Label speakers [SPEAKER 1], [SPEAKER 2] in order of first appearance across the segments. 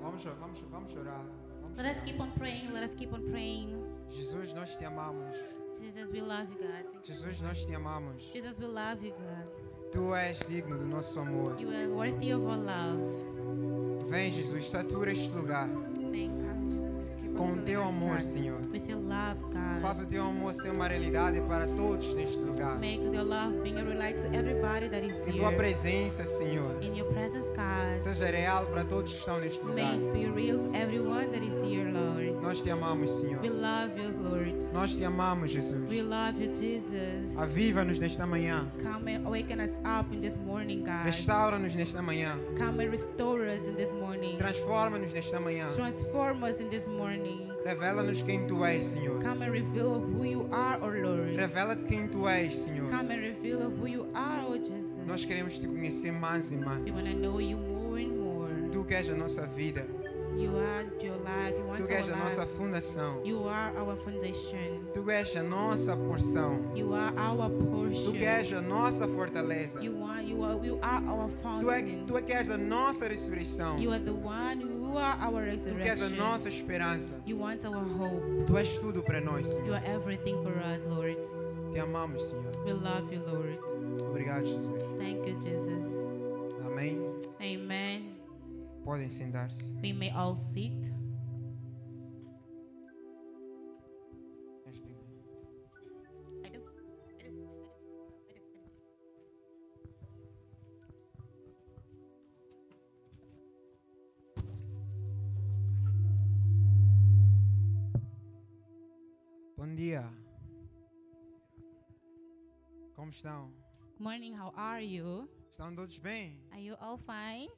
[SPEAKER 1] vamos, cho- vamos, cho- vamos chorar. Vamos
[SPEAKER 2] Let us
[SPEAKER 1] chorar.
[SPEAKER 2] keep on praying. Let us keep on praying.
[SPEAKER 1] Jesus, nós te amamos.
[SPEAKER 2] Jesus, we love you, God.
[SPEAKER 1] Jesus, nós te amamos.
[SPEAKER 2] Jesus, we love you, God.
[SPEAKER 1] Tu és digno do nosso amor.
[SPEAKER 2] You are worthy of our love.
[SPEAKER 1] Vem, Jesus, satura este lugar
[SPEAKER 2] Thank God, Jesus. Just keep on
[SPEAKER 1] com o
[SPEAKER 2] filling
[SPEAKER 1] teu
[SPEAKER 2] us,
[SPEAKER 1] amor,
[SPEAKER 2] God,
[SPEAKER 1] Senhor.
[SPEAKER 2] With your love, God.
[SPEAKER 1] Faça o teu amor ser uma realidade para todos neste lugar.
[SPEAKER 2] Make your love being a light to everybody that is
[SPEAKER 1] Que tua
[SPEAKER 2] here.
[SPEAKER 1] presença, Senhor,
[SPEAKER 2] In your presence, God.
[SPEAKER 1] seja real para todos que estão neste
[SPEAKER 2] May
[SPEAKER 1] lugar.
[SPEAKER 2] it be real to everyone that is here, Lord.
[SPEAKER 1] Nós te amamos, Senhor.
[SPEAKER 2] We love you, Lord.
[SPEAKER 1] Nós te amamos, Jesus.
[SPEAKER 2] We love you, Jesus.
[SPEAKER 1] Aviva-nos nesta manhã.
[SPEAKER 2] Come and awaken us up in this morning, God.
[SPEAKER 1] Restaura-nos nesta manhã.
[SPEAKER 2] Come and restore us in this morning.
[SPEAKER 1] Transforma-nos nesta manhã.
[SPEAKER 2] Transform us in this morning.
[SPEAKER 1] Revela-nos quem tu és, Senhor.
[SPEAKER 2] Come and reveal of who you are, O Lord.
[SPEAKER 1] Revela quem tu és, Senhor.
[SPEAKER 2] Come and reveal of who you are, O Jesus.
[SPEAKER 1] Nós queremos te conhecer mais e mais.
[SPEAKER 2] We want to know you more and more.
[SPEAKER 1] Tu que és a nossa vida.
[SPEAKER 2] You are your life. You
[SPEAKER 1] Tu
[SPEAKER 2] want
[SPEAKER 1] que és a
[SPEAKER 2] our
[SPEAKER 1] nossa
[SPEAKER 2] life.
[SPEAKER 1] fundação.
[SPEAKER 2] You are our foundation.
[SPEAKER 1] Tu és a nossa porção.
[SPEAKER 2] You are our
[SPEAKER 1] Tu que
[SPEAKER 2] portion.
[SPEAKER 1] és a nossa fortaleza.
[SPEAKER 2] You are you are you are our
[SPEAKER 1] Tu é,
[SPEAKER 2] fountain.
[SPEAKER 1] tu é que és a nossa ressurreição.
[SPEAKER 2] You are the one. You are our
[SPEAKER 1] Tu que és a
[SPEAKER 2] resurrection.
[SPEAKER 1] nossa esperança.
[SPEAKER 2] You want our hope.
[SPEAKER 1] Tu és tudo para nós,
[SPEAKER 2] You
[SPEAKER 1] Senhor.
[SPEAKER 2] are everything for us, Lord.
[SPEAKER 1] Te amamos, Senhor.
[SPEAKER 2] We love you, Lord.
[SPEAKER 1] Obrigado, Jesus.
[SPEAKER 2] Thank you, Jesus.
[SPEAKER 1] Amém.
[SPEAKER 2] Amen.
[SPEAKER 1] Podem sentar-se.
[SPEAKER 2] We may all sit.
[SPEAKER 1] Bom dia. Como estão?
[SPEAKER 2] Good morning. How are you?
[SPEAKER 1] Estão todos bem?
[SPEAKER 2] Are you all fine?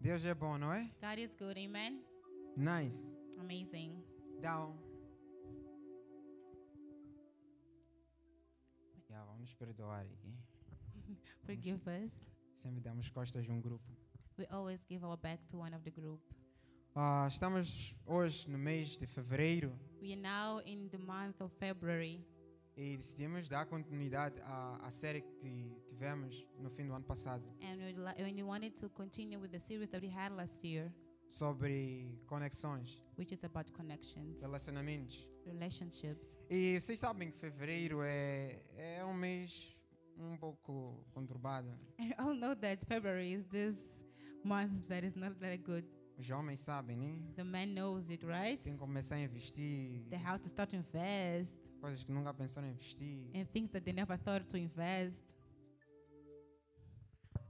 [SPEAKER 1] Deus é bom, não é?
[SPEAKER 2] God is good. Amen.
[SPEAKER 1] Nice.
[SPEAKER 2] Amazing.
[SPEAKER 1] Down. Yeah, vamos perdoar aqui.
[SPEAKER 2] Forgive us.
[SPEAKER 1] Sempre damos costas de um grupo.
[SPEAKER 2] We always give our back to one of the group.
[SPEAKER 1] Ah, estamos hoje no mês de fevereiro
[SPEAKER 2] We are now in the month of February,
[SPEAKER 1] e decidimos dar continuidade à, à série que tivemos no fim do ano passado
[SPEAKER 2] and we, li- and we wanted to continue with the series that we had last year,
[SPEAKER 1] sobre conexões,
[SPEAKER 2] which is about connections,
[SPEAKER 1] relacionamentos.
[SPEAKER 2] relationships.
[SPEAKER 1] E vocês sabem que fevereiro é, é um mês um pouco conturbado.
[SPEAKER 2] And we all know that February is this month that is not that good.
[SPEAKER 1] Os homens sabem, né?
[SPEAKER 2] The man knows it, right?
[SPEAKER 1] Tem que começar a investir
[SPEAKER 2] They have to start to invest
[SPEAKER 1] coisas que nunca pensaram em investir.
[SPEAKER 2] in things that they never thought to invest.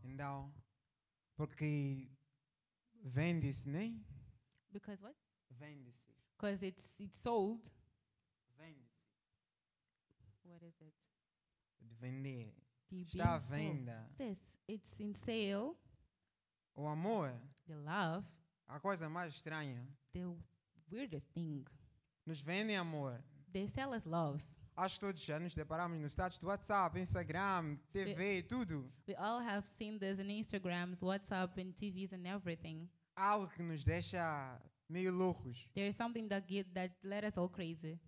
[SPEAKER 1] Então, porque vende-se, né?
[SPEAKER 2] Because what?
[SPEAKER 1] Vende-se.
[SPEAKER 2] Because it's it's sold.
[SPEAKER 1] Vende-se.
[SPEAKER 2] What is it?
[SPEAKER 1] De vender.
[SPEAKER 2] The
[SPEAKER 1] Está à
[SPEAKER 2] being sold.
[SPEAKER 1] venda.
[SPEAKER 2] Yes, it's in sale.
[SPEAKER 1] O amor,
[SPEAKER 2] The love,
[SPEAKER 1] a coisa mais estranha.
[SPEAKER 2] the weirdest thing.
[SPEAKER 1] Nos vendem amor.
[SPEAKER 2] They sell us love.
[SPEAKER 1] Acho que todos já nos deparamos nos status do WhatsApp, Instagram, TV, tudo.
[SPEAKER 2] We all have seen this in Instagrams, WhatsApp, and TVs, and everything.
[SPEAKER 1] Algo que nos deixa meio loucos.
[SPEAKER 2] There is something that get that led us all crazy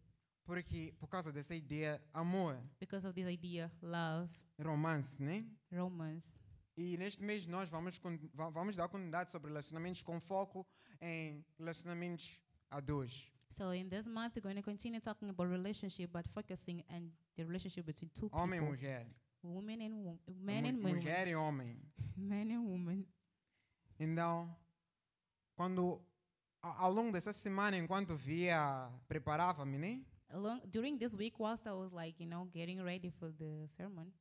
[SPEAKER 1] Porque, por causa dessa ideia, amor,
[SPEAKER 2] because of this idea, love,
[SPEAKER 1] romance, né?
[SPEAKER 2] romance.
[SPEAKER 1] E neste mês nós vamos, con- va- vamos dar continuidade sobre relacionamentos com foco em relacionamentos a dois.
[SPEAKER 2] So in this month, we're going to continue talking about relationship, but focusing on the relationship between two
[SPEAKER 1] Homem e
[SPEAKER 2] people,
[SPEAKER 1] mulher.
[SPEAKER 2] women and wo- men
[SPEAKER 1] Mu-
[SPEAKER 2] Tipo, and women,
[SPEAKER 1] Mulher e homem.
[SPEAKER 2] men and women.
[SPEAKER 1] Então, quando a- ao longo dessa semana, enquanto via, preparava-me, né?
[SPEAKER 2] Along during this week, whilst I was like, you know, getting ready for the sermon,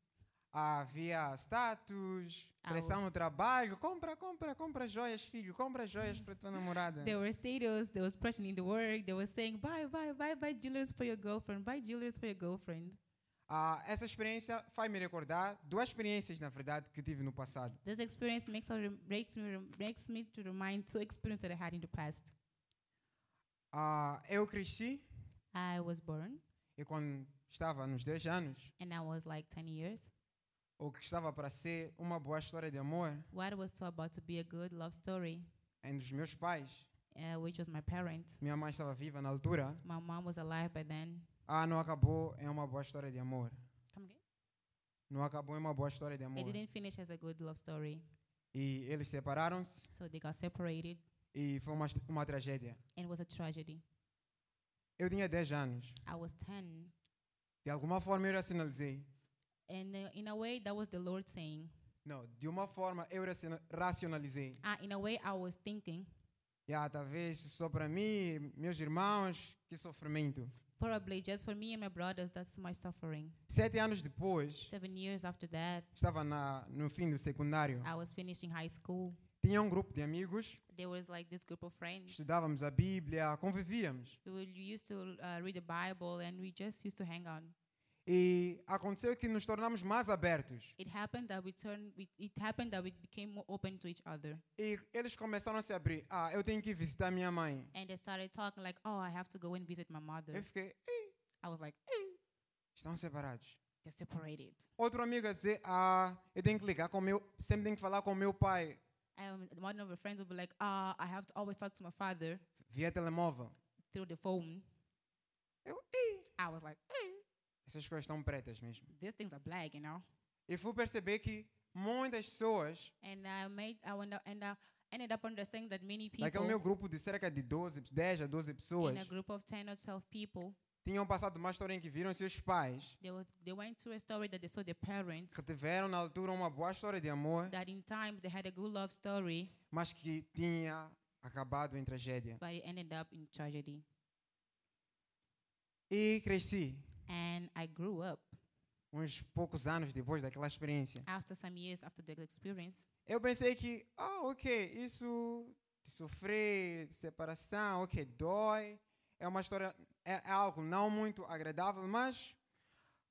[SPEAKER 1] Havia status,
[SPEAKER 2] Ah,
[SPEAKER 1] pressão no trabalho, compra, compra, compra joias, filho, compra joias para tua namorada.
[SPEAKER 2] there were status, there was pressure in the work, they were saying, buy, buy, buy, buy jewelers for your girlfriend, buy jewelers for your girlfriend.
[SPEAKER 1] Ah, essa experiência faz me recordar duas experiências, na verdade, que tive no passado.
[SPEAKER 2] This experience makes, a rem- makes, me, rem- makes me to remind two experiences that I had in the past.
[SPEAKER 1] Ah, eu cresci
[SPEAKER 2] I was born
[SPEAKER 1] e quando estava nos 10 anos,
[SPEAKER 2] and I was like 10 years.
[SPEAKER 1] o que estava para ser uma boa história de amor
[SPEAKER 2] What was so about to be a good love story,
[SPEAKER 1] entre os meus pais,
[SPEAKER 2] uh, which was my parents.
[SPEAKER 1] minha mãe estava viva na altura,
[SPEAKER 2] My mom was alive by then.
[SPEAKER 1] ah, não acabou em uma boa história de amor.
[SPEAKER 2] Come again?
[SPEAKER 1] Não acabou em uma boa história de amor.
[SPEAKER 2] It didn't finish as a good love story.
[SPEAKER 1] E eles separaram-se
[SPEAKER 2] So they got separated.
[SPEAKER 1] E foi uma, uma tragédia.
[SPEAKER 2] and it was a tragedy.
[SPEAKER 1] Eu tinha 10 anos.
[SPEAKER 2] I was 10.
[SPEAKER 1] De alguma forma eu racionalizei.
[SPEAKER 2] And uh, in a way, that was the Lord saying,
[SPEAKER 1] Não, de uma forma eu raciona- racionalizei.
[SPEAKER 2] ah, in a way, I was thinking,
[SPEAKER 1] Ah, talvez só para mim, meus irmãos, que sofrimento.
[SPEAKER 2] probably just for me and my brothers, that's my suffering.
[SPEAKER 1] Sete anos depois,
[SPEAKER 2] Seven years after that,
[SPEAKER 1] estava na, no fim do secundário.
[SPEAKER 2] I was finishing high school.
[SPEAKER 1] Tinha um grupo de amigos,
[SPEAKER 2] There was like this group of friends.
[SPEAKER 1] estudávamos a Bíblia, convivíamos.
[SPEAKER 2] We would- we used to uh, read the Bible and we just used to hang on.
[SPEAKER 1] E aconteceu que nos tornamos mais abertos.
[SPEAKER 2] It happened that we turned, we, it happened that we became more open to each other
[SPEAKER 1] E eles começaram a se abrir. Ah, eu tenho que visitar minha mãe.
[SPEAKER 2] and they started talking like, oh, I have to go and visit my mother.
[SPEAKER 1] Eu fiquei,
[SPEAKER 2] I was like,
[SPEAKER 1] estão separados.
[SPEAKER 2] they're separated.
[SPEAKER 1] Outro amigo a dizer, ah, eu tenho que ligar com meu, sempre tenho que falar com meu pai
[SPEAKER 2] Um, one of her friends would be like, ah, I have to always talk to my father
[SPEAKER 1] via telemóvel.
[SPEAKER 2] through the phone.
[SPEAKER 1] Eu, ei,
[SPEAKER 2] I was like,
[SPEAKER 1] essas coisas estão pretas mesmo.
[SPEAKER 2] these things are black, you know.
[SPEAKER 1] E fui perceber que muitas pessoas,
[SPEAKER 2] And I made, I went, and I ended up understanding that many
[SPEAKER 1] naquele é meu
[SPEAKER 2] people é
[SPEAKER 1] grupo de cerca de 12, 10 a 12 pessoas,
[SPEAKER 2] in a group of ten or twelve people,
[SPEAKER 1] tinham passado uma história em que viram seus pais,
[SPEAKER 2] they were, they went through a story that they saw their parents.
[SPEAKER 1] que tiveram na altura uma boa história de amor,
[SPEAKER 2] That in time they had a good love story,
[SPEAKER 1] mas que tinha acabado em tragédia.
[SPEAKER 2] but it ended up in tragedy.
[SPEAKER 1] E cresci,
[SPEAKER 2] And I grew up
[SPEAKER 1] uns poucos anos depois daquela experiência.
[SPEAKER 2] after some years after the experience.
[SPEAKER 1] Eu pensei que, ah, ok, isso de sofrer, de separação, ok, dói. É uma história, é, é algo não muito agradável, mas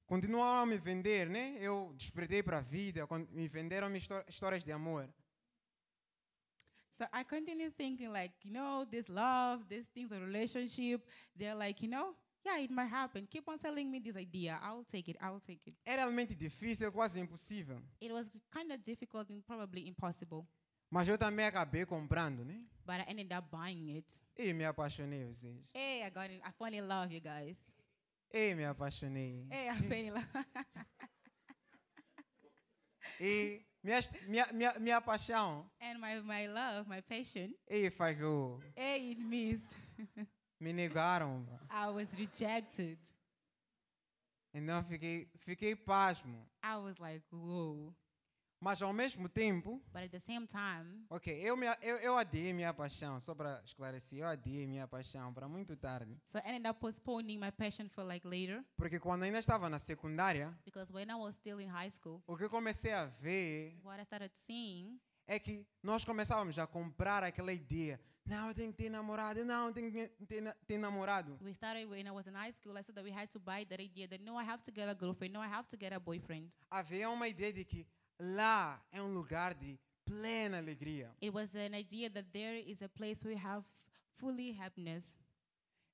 [SPEAKER 1] continuaram a me vender, né? Eu despertei para a vida, quando me venderam me histó- histórias de amor.
[SPEAKER 2] So I continued thinking, like, you know, this love, these things, a relationship, they're like, you know, yeah, it might happen. Keep on selling me this idea. I'll take it. I'll take it.
[SPEAKER 1] É realmente difícil, quase impossível.
[SPEAKER 2] It was kind of difficult and probably impossible,
[SPEAKER 1] Mas eu também acabei comprando, né?
[SPEAKER 2] but I ended up buying it.
[SPEAKER 1] E me apaixonei, vocês.
[SPEAKER 2] Hey, I got it. I fell in love, you guys.
[SPEAKER 1] E me apaixonei.
[SPEAKER 2] Hey, I fell in love.
[SPEAKER 1] E minha, est- minha, minha, minha paixão,
[SPEAKER 2] and my, my love, my passion,
[SPEAKER 1] e faz que eu-
[SPEAKER 2] hey, it missed.
[SPEAKER 1] me negaram. bro.
[SPEAKER 2] I was rejected.
[SPEAKER 1] Então eu fiquei, fiquei pasmo.
[SPEAKER 2] I was like, whoa.
[SPEAKER 1] Mas ao mesmo tempo,
[SPEAKER 2] But at the same time,
[SPEAKER 1] ok, eu, me, eu, eu adiei minha paixão, só para esclarecer, eu adiei minha paixão para muito tarde.
[SPEAKER 2] so I ended up postponing my passion for like later
[SPEAKER 1] Porque quando ainda estava na secundária,
[SPEAKER 2] because when I was still in high school,
[SPEAKER 1] o que eu comecei a ver
[SPEAKER 2] what I started seeing,
[SPEAKER 1] é que nós começávamos a comprar aquela ideia. Não, eu tenho que ter namorado, não, eu tenho que ter, na- ter namorado.
[SPEAKER 2] we started when I was in high school, I saw that we had to buy that idea that no, I have to get a girlfriend, no, I have to get a boyfriend.
[SPEAKER 1] Havia uma ideia de que lá é um lugar de plena alegria.
[SPEAKER 2] It was an idea that there is a place where we have fully happiness.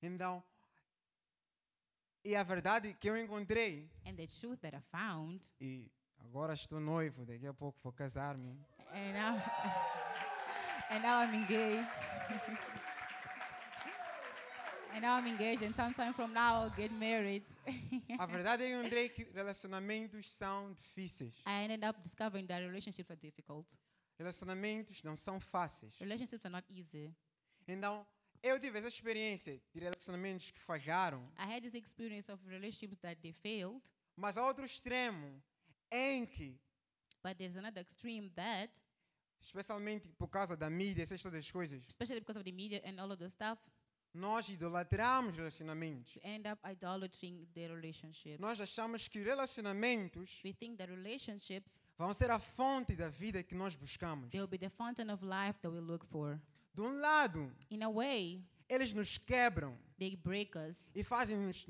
[SPEAKER 1] Então, e a verdade que eu encontrei,
[SPEAKER 2] And the truth that I found,
[SPEAKER 1] e agora estou noivo, daqui a pouco vou casar-me.
[SPEAKER 2] and now, and now I'm engaged. and now I'm engaged, and sometime from now I'll get married.
[SPEAKER 1] A verdade é que eu encontrei que relacionamentos são difíceis.
[SPEAKER 2] I ended up discovering that relationships are difficult.
[SPEAKER 1] Relacionamentos não são fáceis.
[SPEAKER 2] Relationships are not easy.
[SPEAKER 1] Então, eu tive essa experiência de relacionamentos que falharam,
[SPEAKER 2] I had this experience of relationships that they failed,
[SPEAKER 1] mas há outro extremo em que,
[SPEAKER 2] but there's another extreme that,
[SPEAKER 1] especialmente por causa da mídia, essas todas as coisas,
[SPEAKER 2] especially because of the media and all of the stuff,
[SPEAKER 1] nós idolatramos relacionamentos.
[SPEAKER 2] you end up idolatering their relationship.
[SPEAKER 1] Nós achamos que relacionamentos
[SPEAKER 2] We think that relationships
[SPEAKER 1] vão ser a fonte da vida que nós buscamos.
[SPEAKER 2] they'll be the fountain of life that we look for.
[SPEAKER 1] De um lado,
[SPEAKER 2] In a way,
[SPEAKER 1] eles nos quebram
[SPEAKER 2] they break us.
[SPEAKER 1] e fazem-nos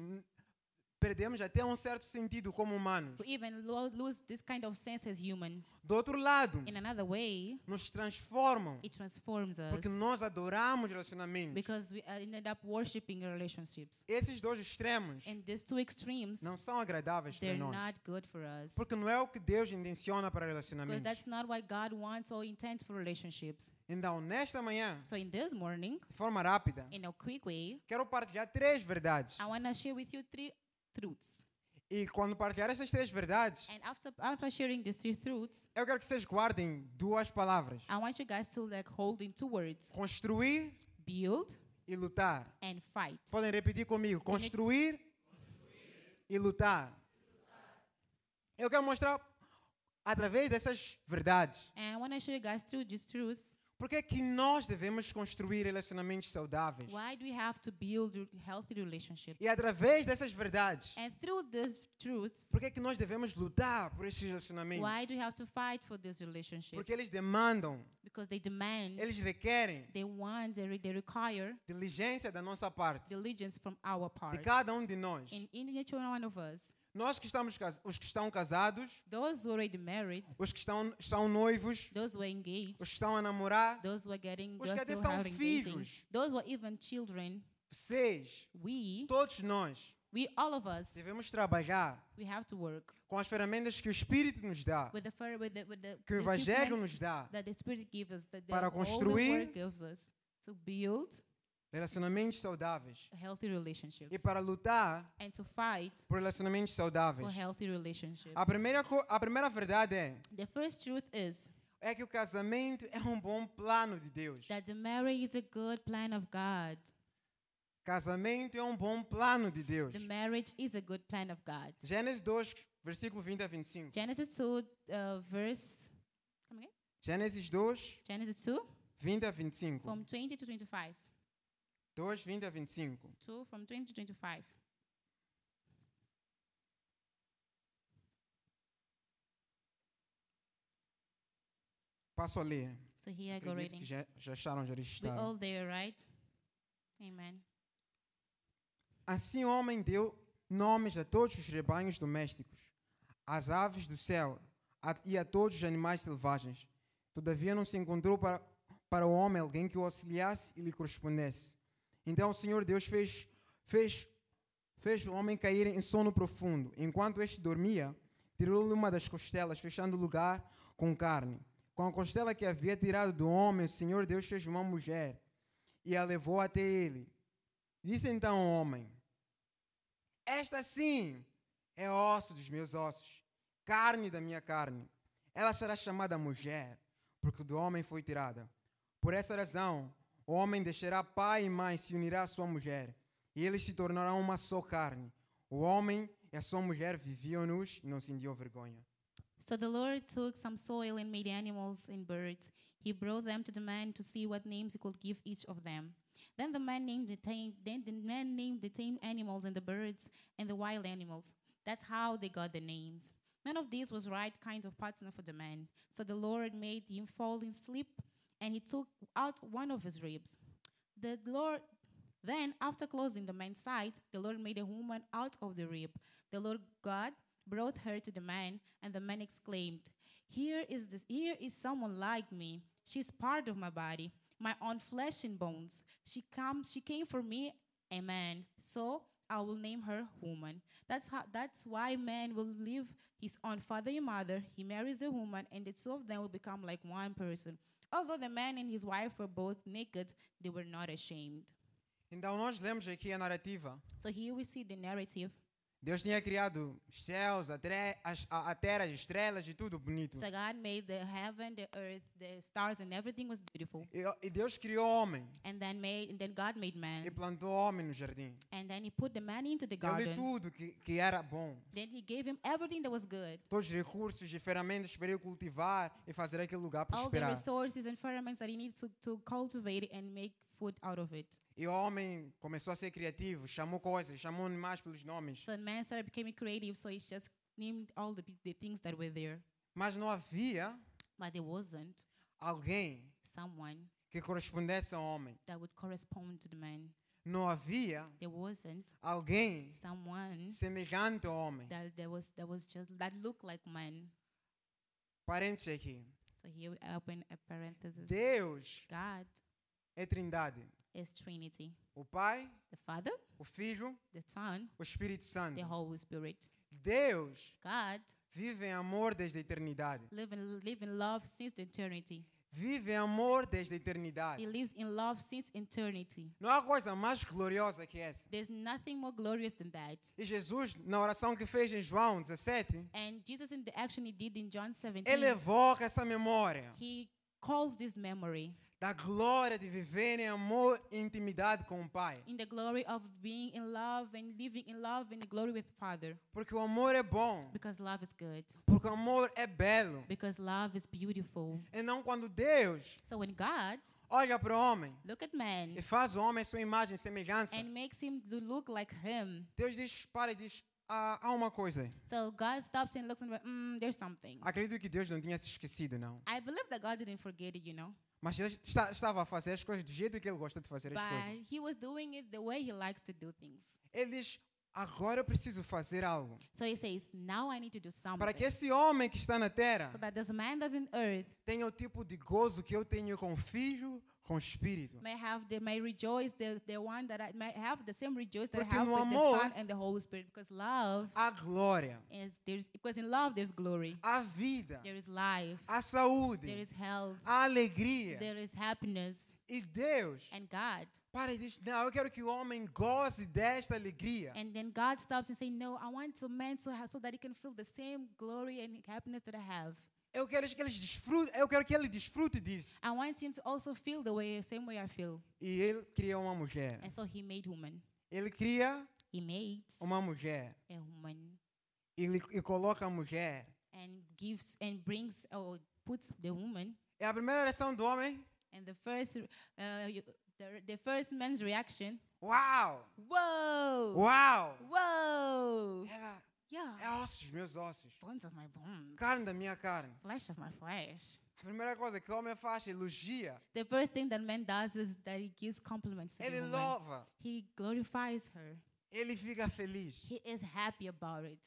[SPEAKER 1] perdemos até um certo sentido como humanos.
[SPEAKER 2] We even lo- lose this kind of sense as humans.
[SPEAKER 1] Do outro lado,
[SPEAKER 2] In another way,
[SPEAKER 1] nos transformam
[SPEAKER 2] it transforms us
[SPEAKER 1] porque nós adoramos relacionamentos.
[SPEAKER 2] because we uh, ended up worshiping relationships.
[SPEAKER 1] Esses dois extremos
[SPEAKER 2] And these two extremes,
[SPEAKER 1] não são agradáveis para
[SPEAKER 2] they're
[SPEAKER 1] nós,
[SPEAKER 2] not good for us.
[SPEAKER 1] porque não é o que Deus intenciona para
[SPEAKER 2] Because
[SPEAKER 1] relacionamentos.
[SPEAKER 2] that's not what God wants or intends for relationships.
[SPEAKER 1] Então, nesta manhã,
[SPEAKER 2] So, in this morning,
[SPEAKER 1] de forma rápida,
[SPEAKER 2] in a quick way,
[SPEAKER 1] quero partilhar três verdades
[SPEAKER 2] I want to share with you three truths.
[SPEAKER 1] E quando partilhar essas três verdades,
[SPEAKER 2] And after after sharing these three truths,
[SPEAKER 1] eu quero que vocês guardem duas palavras:
[SPEAKER 2] I want you guys to like hold in two words:
[SPEAKER 1] construir
[SPEAKER 2] build
[SPEAKER 1] e lutar.
[SPEAKER 2] and fight.
[SPEAKER 1] Podem repetir comigo: construir e lutar. Eu quero mostrar através dessas verdades
[SPEAKER 2] And I want to show you guys through these truths
[SPEAKER 1] porque é que nós devemos construir relacionamentos saudáveis.
[SPEAKER 2] why do we have to build r- healthy relationships.
[SPEAKER 1] E através dessas verdades,
[SPEAKER 2] And through these truths,
[SPEAKER 1] porque é que nós devemos lutar por esses relacionamentos?
[SPEAKER 2] why do we have to fight for this relationship?
[SPEAKER 1] Porque eles demandam,
[SPEAKER 2] Because they demand,
[SPEAKER 1] eles requerem
[SPEAKER 2] they want, they, re- they require
[SPEAKER 1] diligência da nossa parte,
[SPEAKER 2] diligence from our
[SPEAKER 1] de
[SPEAKER 2] part.
[SPEAKER 1] cada um de nós.
[SPEAKER 2] In, in each one of us,
[SPEAKER 1] Nós que estamos cas- os que estão casados,
[SPEAKER 2] those who already married,
[SPEAKER 1] os que estão são noivos,
[SPEAKER 2] those who are
[SPEAKER 1] os que
[SPEAKER 2] engaged,
[SPEAKER 1] estão a namorar,
[SPEAKER 2] those who are getting,
[SPEAKER 1] Os
[SPEAKER 2] those
[SPEAKER 1] que até
[SPEAKER 2] still
[SPEAKER 1] são
[SPEAKER 2] having dating,
[SPEAKER 1] filhos.
[SPEAKER 2] those who are even children,
[SPEAKER 1] vocês,
[SPEAKER 2] we,
[SPEAKER 1] todos nós
[SPEAKER 2] we all of us,
[SPEAKER 1] devemos trabalhar
[SPEAKER 2] we have to work
[SPEAKER 1] com as ferramentas que o Espírito nos dá,
[SPEAKER 2] with the fir- with the, with the,
[SPEAKER 1] Ah. que o
[SPEAKER 2] the
[SPEAKER 1] Evangelho
[SPEAKER 2] equipment
[SPEAKER 1] nos dá,
[SPEAKER 2] that the Spirit gives us, that the
[SPEAKER 1] Para
[SPEAKER 2] Holy
[SPEAKER 1] construir-
[SPEAKER 2] Word gives us to build
[SPEAKER 1] relacionamentos saudáveis,
[SPEAKER 2] a healthy relationships
[SPEAKER 1] e para lutar
[SPEAKER 2] and to fight
[SPEAKER 1] por relacionamentos
[SPEAKER 2] for
[SPEAKER 1] saudáveis.
[SPEAKER 2] healthy relationships.
[SPEAKER 1] A primeira, co- a primeira verdade é,
[SPEAKER 2] The first truth is
[SPEAKER 1] é que o casamento é um bom plano de Deus.
[SPEAKER 2] that the marriage is a good plan of God.
[SPEAKER 1] Casamento é um bom plano de Deus.
[SPEAKER 2] The marriage is a good plan of God.
[SPEAKER 1] Gênesis 2, versículo 20 a 25.
[SPEAKER 2] Genesis 2, uh, verse. Come again?
[SPEAKER 1] Gênesis 2,
[SPEAKER 2] Genesis 2,
[SPEAKER 1] 20 a 25.
[SPEAKER 2] from 20 to 25.
[SPEAKER 1] 2, 20 a 25.
[SPEAKER 2] 2, from 20 to 25.
[SPEAKER 1] Passo a ler.
[SPEAKER 2] So here I go
[SPEAKER 1] Acredito
[SPEAKER 2] reading.
[SPEAKER 1] que já, já acharam onde eles
[SPEAKER 2] we all
[SPEAKER 1] estavam.
[SPEAKER 2] there, right? Amen.
[SPEAKER 1] Assim o homem deu nomes a todos os rebanhos domésticos, às aves do céu a, e a todos os animais selvagens. Todavia não se encontrou para, para o homem alguém que o auxiliasse e lhe correspondesse. Então o Senhor Deus fez, fez, fez o homem cair em sono profundo. Enquanto este dormia, tirou-lhe uma das costelas, fechando o lugar com carne. Com a costela que havia tirado do homem, o Senhor Deus fez uma mulher e a levou até ele. Disse então o homem: Esta sim é osso dos meus ossos, carne da minha carne. Ela será chamada mulher, porque do homem foi tirada. Por essa razão, o homem deixará pai e mãe, se unirá à sua mulher, e eles se tornarão uma só carne. O homem e a sua mulher viviam-nos e não sentiam vergonha.
[SPEAKER 2] So the Lord took some soil and made animals and birds. He brought them to the man to see what names he could give each of them. Then the man named the tame, then the man named the tame animals and the birds and the wild animals. That's how they got the names. None of these was right kind of partner for the man. So the Lord made him fall in sleep, and he took out one of his ribs. The Lord then, after closing the man's sight, the Lord made a woman out of the rib. The Lord God brought her to the man, and the man exclaimed, "Here is this. Here is someone like me. She's part of my body, my own flesh and bones. She comes. She came for me, a man. So I will name her woman. That's how. That's why man will leave his own father and mother. He marries a woman, and the two of them will become like one person." Although the man and his wife were both naked, they were not ashamed.
[SPEAKER 1] Então, nós lemos aqui a narrativa.
[SPEAKER 2] So here we see the narrative.
[SPEAKER 1] Deus tinha criado os céus, a, tre- as- a, a terra, as estrelas e tudo bonito.
[SPEAKER 2] So God made the heaven, the earth, the stars, and everything was beautiful.
[SPEAKER 1] E, e Deus criou o homem
[SPEAKER 2] And then made, and then God made man,
[SPEAKER 1] e plantou o homem no jardim.
[SPEAKER 2] and then He put the man into the
[SPEAKER 1] Deu-lhe
[SPEAKER 2] garden.
[SPEAKER 1] tudo que, que era bom.
[SPEAKER 2] Then He gave him everything that was good,
[SPEAKER 1] Todos os recursos e ferramentas para ele cultivar e fazer aquele lugar
[SPEAKER 2] all the
[SPEAKER 1] prosperar.
[SPEAKER 2] resources and ferments that he needs to, to cultivate and make food out of it.
[SPEAKER 1] E o homem começou a ser criativo, chamou coisas, chamou animais pelos nomes.
[SPEAKER 2] So man started becoming creative. So he just named all the, the things that were there,
[SPEAKER 1] Mas não havia
[SPEAKER 2] but there wasn't
[SPEAKER 1] alguém
[SPEAKER 2] someone
[SPEAKER 1] que correspondesse ao homem.
[SPEAKER 2] that would correspond to the man.
[SPEAKER 1] Não havia
[SPEAKER 2] There wasn't
[SPEAKER 1] alguém
[SPEAKER 2] someone
[SPEAKER 1] semelhante ao homem.
[SPEAKER 2] that there was that was just that looked like man.
[SPEAKER 1] Parênteses aqui.
[SPEAKER 2] So here we open a parenthesis.
[SPEAKER 1] Deus
[SPEAKER 2] God
[SPEAKER 1] é trindade.
[SPEAKER 2] is Trinity,
[SPEAKER 1] O Pai,
[SPEAKER 2] the Father,
[SPEAKER 1] o Filho,
[SPEAKER 2] the Son,
[SPEAKER 1] o Espírito Santo.
[SPEAKER 2] the Holy Spirit.
[SPEAKER 1] Deus
[SPEAKER 2] God
[SPEAKER 1] vive em amor desde a eternidade.
[SPEAKER 2] live in, live in love since the eternity.
[SPEAKER 1] vive em amor desde a
[SPEAKER 2] He
[SPEAKER 1] eternidade.
[SPEAKER 2] lives in love since eternity.
[SPEAKER 1] Não há coisa mais gloriosa que essa.
[SPEAKER 2] There's nothing more glorious than that.
[SPEAKER 1] E Jesus, na oração que fez em João 17,
[SPEAKER 2] And Jesus, in the action he did in John 17,
[SPEAKER 1] ele evoca essa memória
[SPEAKER 2] he calls this memory
[SPEAKER 1] da glória de viver em amor e intimidade com o Pai.
[SPEAKER 2] in the glory of being in love and living in love and the glory with Father.
[SPEAKER 1] Porque o amor é bom,
[SPEAKER 2] Because love is good.
[SPEAKER 1] porque o amor é belo.
[SPEAKER 2] Because love is beautiful.
[SPEAKER 1] E não quando Deus
[SPEAKER 2] So when God
[SPEAKER 1] olha para o homem
[SPEAKER 2] look at man
[SPEAKER 1] e faz o homem a sua imagem e semelhança,
[SPEAKER 2] and makes him to look like him,
[SPEAKER 1] Deus diz, para e diz, ah, há uma coisa. aí."
[SPEAKER 2] so God stops and looks and mm, there's something.
[SPEAKER 1] Acredito que Deus não tinha se esquecido, não.
[SPEAKER 2] I believe that God didn't forget it, you know,
[SPEAKER 1] Mas Deus está- estava a fazer as coisas do jeito que Ele gosta de fazer
[SPEAKER 2] but
[SPEAKER 1] as coisas.
[SPEAKER 2] He was doing it the way He likes to do things.
[SPEAKER 1] Ele diz, agora eu preciso fazer algo.
[SPEAKER 2] So He says, "Now I need to do something."
[SPEAKER 1] Para que esse homem que está na terra
[SPEAKER 2] so that this man that's in earth
[SPEAKER 1] tenha o tipo de gozo que eu tenho com o filho, com o espírito.
[SPEAKER 2] may have the may rejoice the, the one that I may have the same rejoice that
[SPEAKER 1] Porque
[SPEAKER 2] I have
[SPEAKER 1] no
[SPEAKER 2] with
[SPEAKER 1] amor-
[SPEAKER 2] the Son and the Holy Spirit because love
[SPEAKER 1] Há glória,
[SPEAKER 2] is there's because in love there's glory,
[SPEAKER 1] há vida,
[SPEAKER 2] there is life,
[SPEAKER 1] há
[SPEAKER 2] there
[SPEAKER 1] saúde,
[SPEAKER 2] is health,
[SPEAKER 1] há alegria.
[SPEAKER 2] there is happiness,
[SPEAKER 1] E Deus
[SPEAKER 2] and God.
[SPEAKER 1] para e diz, não, eu quero que o homem goze desta alegria.
[SPEAKER 2] And then God stops and say, "No, I want to men to have so that he can feel the same glory and happiness that I have.
[SPEAKER 1] Eu quero que eles desfrutem, eu quero que ele desfrute disso.
[SPEAKER 2] I want him to also feel the way same way I feel."
[SPEAKER 1] E ele cria uma mulher.
[SPEAKER 2] And so He made woman.
[SPEAKER 1] Ele cria
[SPEAKER 2] He made
[SPEAKER 1] uma mulher.
[SPEAKER 2] a woman
[SPEAKER 1] Ele e coloca a mulher.
[SPEAKER 2] and gives and brings or puts the woman
[SPEAKER 1] É a primeira reação do homem.
[SPEAKER 2] And the first, re- uh, you- the, re- the first man's reaction,
[SPEAKER 1] Uau!
[SPEAKER 2] whoa,
[SPEAKER 1] Uau!
[SPEAKER 2] whoa,
[SPEAKER 1] Ela é
[SPEAKER 2] yeah,
[SPEAKER 1] ossos dos meus ossos.
[SPEAKER 2] bones of my bones,
[SPEAKER 1] Carne da minha carne.
[SPEAKER 2] flesh of my flesh.
[SPEAKER 1] A primeira coisa que o homem faz, elogia.
[SPEAKER 2] The first thing that man does is that he gives compliments to the
[SPEAKER 1] Ele
[SPEAKER 2] woman.
[SPEAKER 1] louva.
[SPEAKER 2] He glorifies her.
[SPEAKER 1] Ele fica feliz.
[SPEAKER 2] He is happy about it.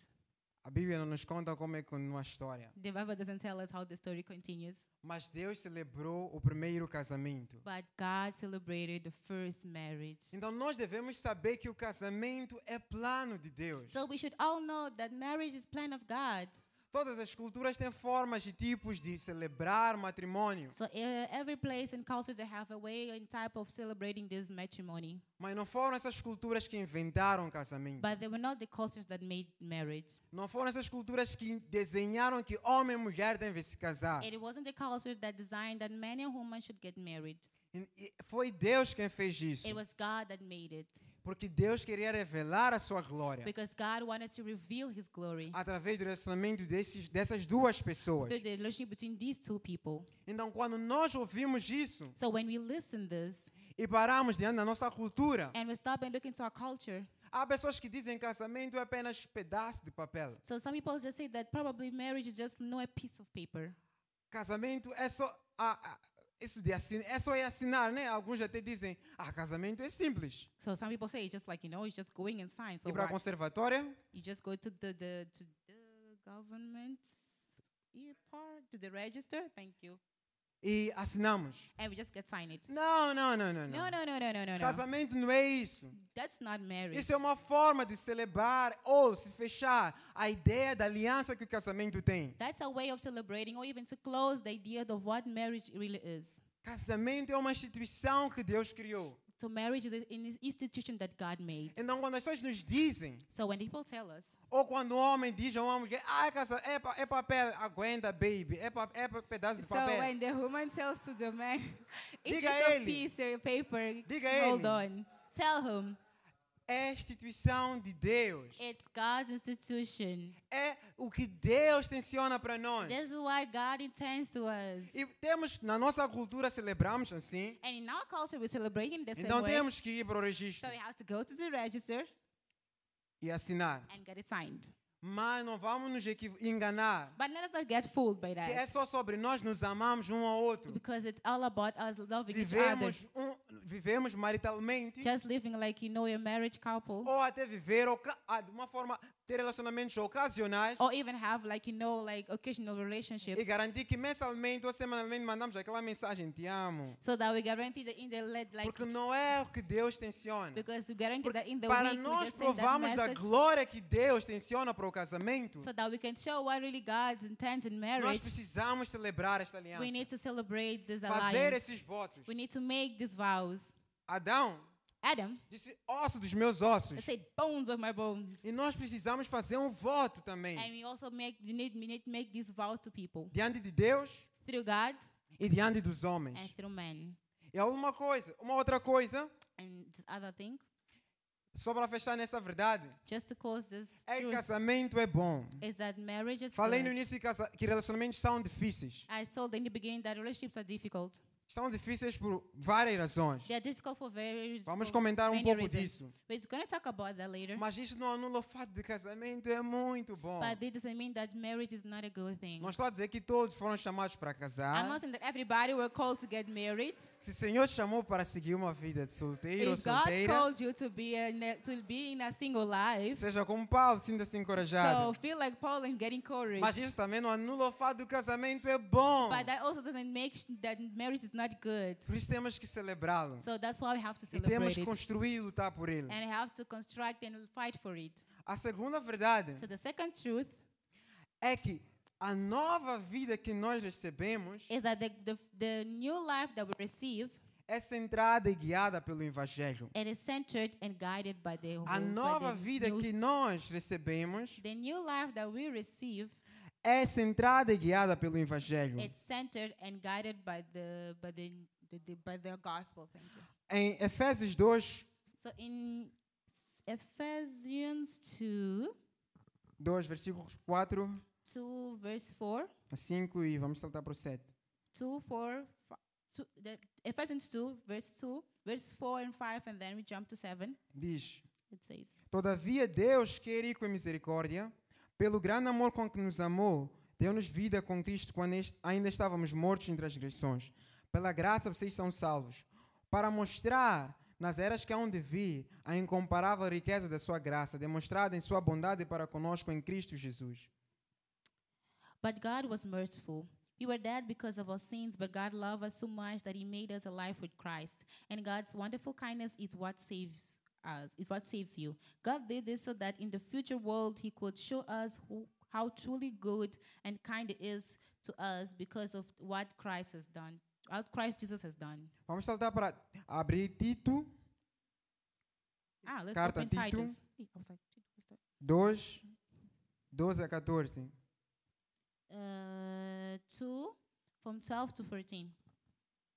[SPEAKER 1] A Bíblia não nos conta como é que continua a história.
[SPEAKER 2] The Bible doesn't tell us how the story continues,
[SPEAKER 1] Mas Deus celebrou o primeiro casamento.
[SPEAKER 2] but God celebrated the first marriage.
[SPEAKER 1] Então nós devemos saber que o casamento é plano de Deus.
[SPEAKER 2] So we should all know that marriage is plan of God.
[SPEAKER 1] Todas as culturas têm formas e tipos de celebrar matrimônio.
[SPEAKER 2] So uh, every place and culture they have a way and type of celebrating this matrimony.
[SPEAKER 1] Mas não foram essas culturas que inventaram o casamento.
[SPEAKER 2] But they were not the cultures that made marriage.
[SPEAKER 1] Não foram essas culturas que desenharam que homem e mulher devem se casar.
[SPEAKER 2] It wasn't the culture that designed that men and women should get married.
[SPEAKER 1] E- e Foi Deus quem fez isso.
[SPEAKER 2] It was God that made it
[SPEAKER 1] Porque Deus queria revelar a sua glória
[SPEAKER 2] because God wanted to reveal His glory
[SPEAKER 1] através do relacionamento desses, dessas duas pessoas.
[SPEAKER 2] through the relationship between these two people.
[SPEAKER 1] Então, quando nós ouvimos isso
[SPEAKER 2] So when we listen this
[SPEAKER 1] e paramos diante da nossa cultura,
[SPEAKER 2] and we stop and look into our culture,
[SPEAKER 1] há pessoas que dizem que casamento é apenas pedaço de papel.
[SPEAKER 2] so some people just say that probably marriage is just no a piece of paper.
[SPEAKER 1] Casamento é só a- a- isso de assinar, é só ir assinar, né? Alguns até dizem, ah, casamento é simples.
[SPEAKER 2] So some people say it's just like you know it's just going and sign. So
[SPEAKER 1] E para a
[SPEAKER 2] what?
[SPEAKER 1] conservatória,
[SPEAKER 2] you just go to the, the to the government's e- part to the register. Thank you,
[SPEAKER 1] e assinamos.
[SPEAKER 2] and we just get signed it.
[SPEAKER 1] Não, não, não, não,
[SPEAKER 2] No,
[SPEAKER 1] não.
[SPEAKER 2] no, no, no, no, no, no.
[SPEAKER 1] Casamento não é isso.
[SPEAKER 2] That's not marriage.
[SPEAKER 1] Isso é uma forma de celebrar ou se fechar a ideia da aliança que o casamento tem.
[SPEAKER 2] That's a way of celebrating or even to close the idea of what marriage really is.
[SPEAKER 1] Casamento é uma instituição que Deus criou.
[SPEAKER 2] So marriage is a- an institution that God made.
[SPEAKER 1] Então, quando as pessoas nos dizem,
[SPEAKER 2] So when people tell us,
[SPEAKER 1] ou quando um homem diz a uma mulher, ah, é casa, é, pa- é papel, aguenta, baby, é, pa, é pa- pedaço de
[SPEAKER 2] so
[SPEAKER 1] papel.
[SPEAKER 2] when the woman tells to the man,
[SPEAKER 1] Diga
[SPEAKER 2] it's just a
[SPEAKER 1] ele.
[SPEAKER 2] piece of paper,
[SPEAKER 1] Diga
[SPEAKER 2] hold
[SPEAKER 1] ele.
[SPEAKER 2] on. Tell him
[SPEAKER 1] É a instituição de Deus.
[SPEAKER 2] it's God's institution.
[SPEAKER 1] É o que Deus tensiona para nós.
[SPEAKER 2] This is what God intends to us.
[SPEAKER 1] E temos, na nossa cultura, celebramos assim.
[SPEAKER 2] And in our culture, we're celebrating the same
[SPEAKER 1] Então
[SPEAKER 2] way.
[SPEAKER 1] temos que ir para o registro
[SPEAKER 2] So we have to go to the register
[SPEAKER 1] e assinar.
[SPEAKER 2] and get it signed.
[SPEAKER 1] Mas não vamos nos equivo- enganar.
[SPEAKER 2] But let us not get fooled by
[SPEAKER 1] Que é
[SPEAKER 2] that.
[SPEAKER 1] só sobre nós nos amamos um ao outro.
[SPEAKER 2] Because it's all about us loving each other.
[SPEAKER 1] Vivemos um, vivemos maritalmente,
[SPEAKER 2] just living like you know a marriage couple,
[SPEAKER 1] ou até viver oca- ah, de uma forma, ter relacionamentos ocasionais
[SPEAKER 2] or even have like you know like occasional relationships,
[SPEAKER 1] e garantir que mensalmente ou semanalmente mandamos aquela mensagem: Te amo.
[SPEAKER 2] so that we guarantee that in the lead like
[SPEAKER 1] Porque não é o que Deus tensiona.
[SPEAKER 2] because we guarantee
[SPEAKER 1] Porque
[SPEAKER 2] that in the
[SPEAKER 1] para
[SPEAKER 2] week we
[SPEAKER 1] nós
[SPEAKER 2] just send assim, that
[SPEAKER 1] provarmos da
[SPEAKER 2] message,
[SPEAKER 1] glória que Deus tensiona para o casamento,
[SPEAKER 2] so that we can show what really God's intent in
[SPEAKER 1] nós
[SPEAKER 2] marriage.
[SPEAKER 1] precisamos celebrar esta aliança.
[SPEAKER 2] We need to celebrate this
[SPEAKER 1] Fazer
[SPEAKER 2] alliance.
[SPEAKER 1] esses votos.
[SPEAKER 2] We need to make these vows.
[SPEAKER 1] Adão
[SPEAKER 2] Adam,
[SPEAKER 1] disse: Osso dos meus ossos.
[SPEAKER 2] I said bones of my bones.
[SPEAKER 1] E nós precisamos fazer um voto
[SPEAKER 2] And
[SPEAKER 1] também.
[SPEAKER 2] we also make we need, we need to make these vows to people
[SPEAKER 1] Diante de Deus
[SPEAKER 2] through God
[SPEAKER 1] e diante dos
[SPEAKER 2] and
[SPEAKER 1] homens.
[SPEAKER 2] through men.
[SPEAKER 1] E alguma coisa, uma outra coisa,
[SPEAKER 2] And this other thing,
[SPEAKER 1] só para fechar nessa verdade,
[SPEAKER 2] just to close this
[SPEAKER 1] é que
[SPEAKER 2] truth,
[SPEAKER 1] casamento é bom.
[SPEAKER 2] is that marriage is
[SPEAKER 1] Falei no
[SPEAKER 2] good.
[SPEAKER 1] início que casa- que relacionamentos são difíceis.
[SPEAKER 2] I told in the beginning that relationships are difficult.
[SPEAKER 1] São difíceis por várias razões.
[SPEAKER 2] They are difficult for very
[SPEAKER 1] Vamos
[SPEAKER 2] for
[SPEAKER 1] comentar um
[SPEAKER 2] many
[SPEAKER 1] pouco
[SPEAKER 2] reasons.
[SPEAKER 1] disso.
[SPEAKER 2] We're going to talk about that later.
[SPEAKER 1] Mas isso não anula o fato de casamento é muito bom.
[SPEAKER 2] But that doesn't mean that marriage is not a good thing.
[SPEAKER 1] Não estou a dizer que todos foram chamados para
[SPEAKER 2] I'm
[SPEAKER 1] casar.
[SPEAKER 2] not saying that everybody were called to get married.
[SPEAKER 1] Se o Senhor te chamou para seguir uma vida de solteiro ou
[SPEAKER 2] if God
[SPEAKER 1] solteira,
[SPEAKER 2] called you to be in a, to be in a single life,
[SPEAKER 1] seja como Paulo, sinta-se encorajado.
[SPEAKER 2] so feel like Paul and get encouraged.
[SPEAKER 1] Mas isso também não anula o fato do casamento é bom.
[SPEAKER 2] But that also doesn't make sh- that marriage is not good.
[SPEAKER 1] Por isso temos que celebrá-lo.
[SPEAKER 2] So that's why we have to
[SPEAKER 1] E temos
[SPEAKER 2] celebrate
[SPEAKER 1] que
[SPEAKER 2] it
[SPEAKER 1] construir e lutar por ele.
[SPEAKER 2] and have to construct and fight for it.
[SPEAKER 1] A segunda verdade
[SPEAKER 2] So the second truth
[SPEAKER 1] é que a nova vida que nós recebemos
[SPEAKER 2] is that the, the, the new life that we receive
[SPEAKER 1] é centrada e guiada pelo Evangelho.
[SPEAKER 2] it is centered and guided by the,
[SPEAKER 1] A
[SPEAKER 2] whole- by
[SPEAKER 1] nova
[SPEAKER 2] the
[SPEAKER 1] vida
[SPEAKER 2] new-
[SPEAKER 1] que nós recebemos
[SPEAKER 2] the new life that we receive
[SPEAKER 1] é centrada e guiada pelo Evangelho.
[SPEAKER 2] it's centered and guided by the by the, the, the by the gospel. Thank you.
[SPEAKER 1] Em Efésios 2,
[SPEAKER 2] So in s- Ephesians 2,
[SPEAKER 1] 2 versículos 4
[SPEAKER 2] 2 verse 4,
[SPEAKER 1] a 5 e vamos saltar para o 7.
[SPEAKER 2] 2, 4, fi- two, the, Ephesians 2, verse 2, verse 4 and 5, and then we jump to 7.
[SPEAKER 1] Diz:
[SPEAKER 2] It says,
[SPEAKER 1] Todavia, Deus, que é rico em misericórdia, pelo grande amor com que nos amou, deu-nos vida com Cristo quando est- ainda estávamos mortos em transgressões. Pela graça vocês são salvos, para mostrar nas eras que hão de vir a incomparável riqueza da sua graça, demonstrada em sua bondade para conosco em Cristo Jesus.
[SPEAKER 2] But God was merciful. We were dead because of our sins, but God loved us so much that He made us alive with Christ. And God's wonderful kindness is what saves us, is what saves you. God did this so that in the future world He could show us who, how truly good and kind it is to us because of what Christ has done, what Christ Jesus has done.
[SPEAKER 1] Vamos saltar para abrir Tito
[SPEAKER 2] Ah, let's
[SPEAKER 1] Carta
[SPEAKER 2] open
[SPEAKER 1] Tito.
[SPEAKER 2] Titus. Hey, I was like, what's that?
[SPEAKER 1] 2, 12 a 14.
[SPEAKER 2] Uh, 2 from 12 to 14.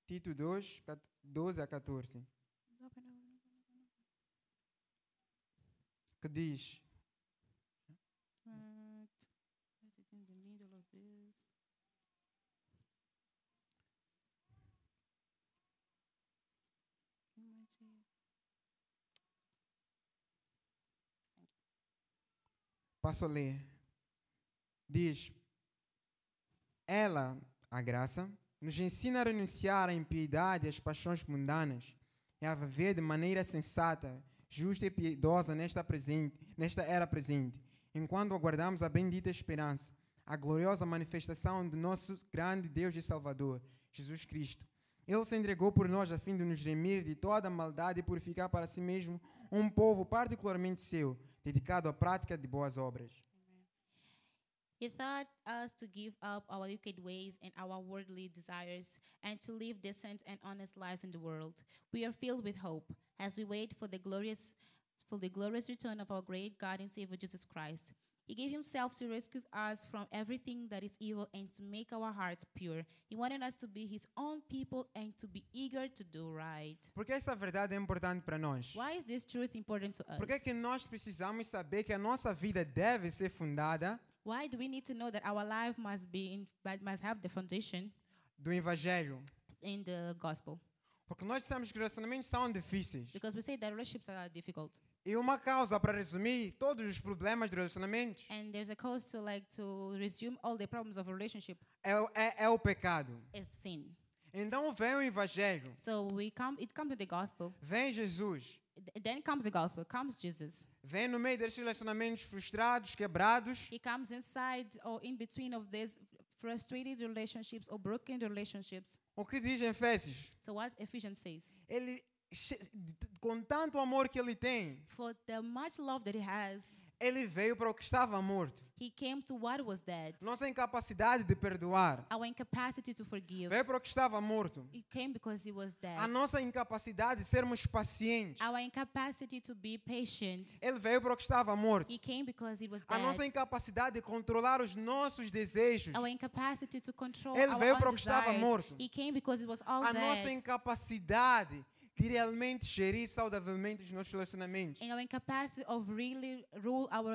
[SPEAKER 1] Tito 2, cat- 12 a 14. Que diz:
[SPEAKER 2] Right. Is it in the middle of this? Imagine.
[SPEAKER 1] Passo a ler. Diz: Ela, a graça, nos ensina a renunciar à impiedade e às paixões mundanas e a viver de maneira sensata, justa e piedosa nesta, presente, nesta era presente, enquanto aguardamos a bendita esperança, a gloriosa manifestação do nosso grande Deus e Salvador, Jesus Cristo. Ele se entregou por nós a fim de nos remir de toda maldade e purificar para si mesmo um povo particularmente seu, dedicado à prática de boas obras.
[SPEAKER 2] He taught us to give up our wicked ways and our worldly desires and to live decent and honest lives in the world. We are filled with hope as we wait for the glorious for the glorious return of our great God and Savior Jesus Christ. He gave himself to rescue us from everything that is evil and to make our hearts pure. He wanted us to be his own people and to be eager to do right.
[SPEAKER 1] Porque esta verdade é importante para nós.
[SPEAKER 2] Why is this truth important to us?
[SPEAKER 1] Porque é que nós precisamos saber que a nossa vida deve ser fundada
[SPEAKER 2] Why do we need to know that our life must be in, but must have the foundation
[SPEAKER 1] do Evangelho.
[SPEAKER 2] in the gospel?
[SPEAKER 1] Porque nós sabemos que relacionamentos são difíceis.
[SPEAKER 2] Because we say that relationships are difficult,
[SPEAKER 1] E uma causa para resumir todos os problemas de relacionamentos
[SPEAKER 2] and there's a cause to like to resume all the problems of a relationship
[SPEAKER 1] é, o- é, é o pecado.
[SPEAKER 2] is sin.
[SPEAKER 1] Então vem o evangelho,
[SPEAKER 2] So we come. It comes to the gospel.
[SPEAKER 1] vem Jesus,
[SPEAKER 2] Th- Then comes the gospel. Comes Jesus.
[SPEAKER 1] vem no meio desses relacionamentos frustrados, quebrados,
[SPEAKER 2] He comes inside or in between of these frustrated relationships or broken relationships.
[SPEAKER 1] o que diz em Efésios?
[SPEAKER 2] So what Ephesians says,
[SPEAKER 1] Ele, che- com tanto amor que ele tem,
[SPEAKER 2] for the much love that he has,
[SPEAKER 1] ele veio para o que estava morto.
[SPEAKER 2] he came to what was dead.
[SPEAKER 1] Nossa incapacidade de perdoar,
[SPEAKER 2] Our incapacity to forgive.
[SPEAKER 1] veio para o que estava morto.
[SPEAKER 2] It came because he was dead.
[SPEAKER 1] A nossa incapacidade de sermos pacientes,
[SPEAKER 2] Our incapacity to be patient.
[SPEAKER 1] ele veio para o que estava morto.
[SPEAKER 2] He came because he was
[SPEAKER 1] A nossa
[SPEAKER 2] dead.
[SPEAKER 1] incapacidade de controlar os nossos desejos,
[SPEAKER 2] Our incapacity to control
[SPEAKER 1] Ele
[SPEAKER 2] our
[SPEAKER 1] veio
[SPEAKER 2] own
[SPEAKER 1] porque estava
[SPEAKER 2] desires.
[SPEAKER 1] morto.
[SPEAKER 2] He came because it was all
[SPEAKER 1] a nossa
[SPEAKER 2] dead.
[SPEAKER 1] incapacidade de realmente gerir saudavelmente os nossos relacionamentos.
[SPEAKER 2] And our incapacity of really rule our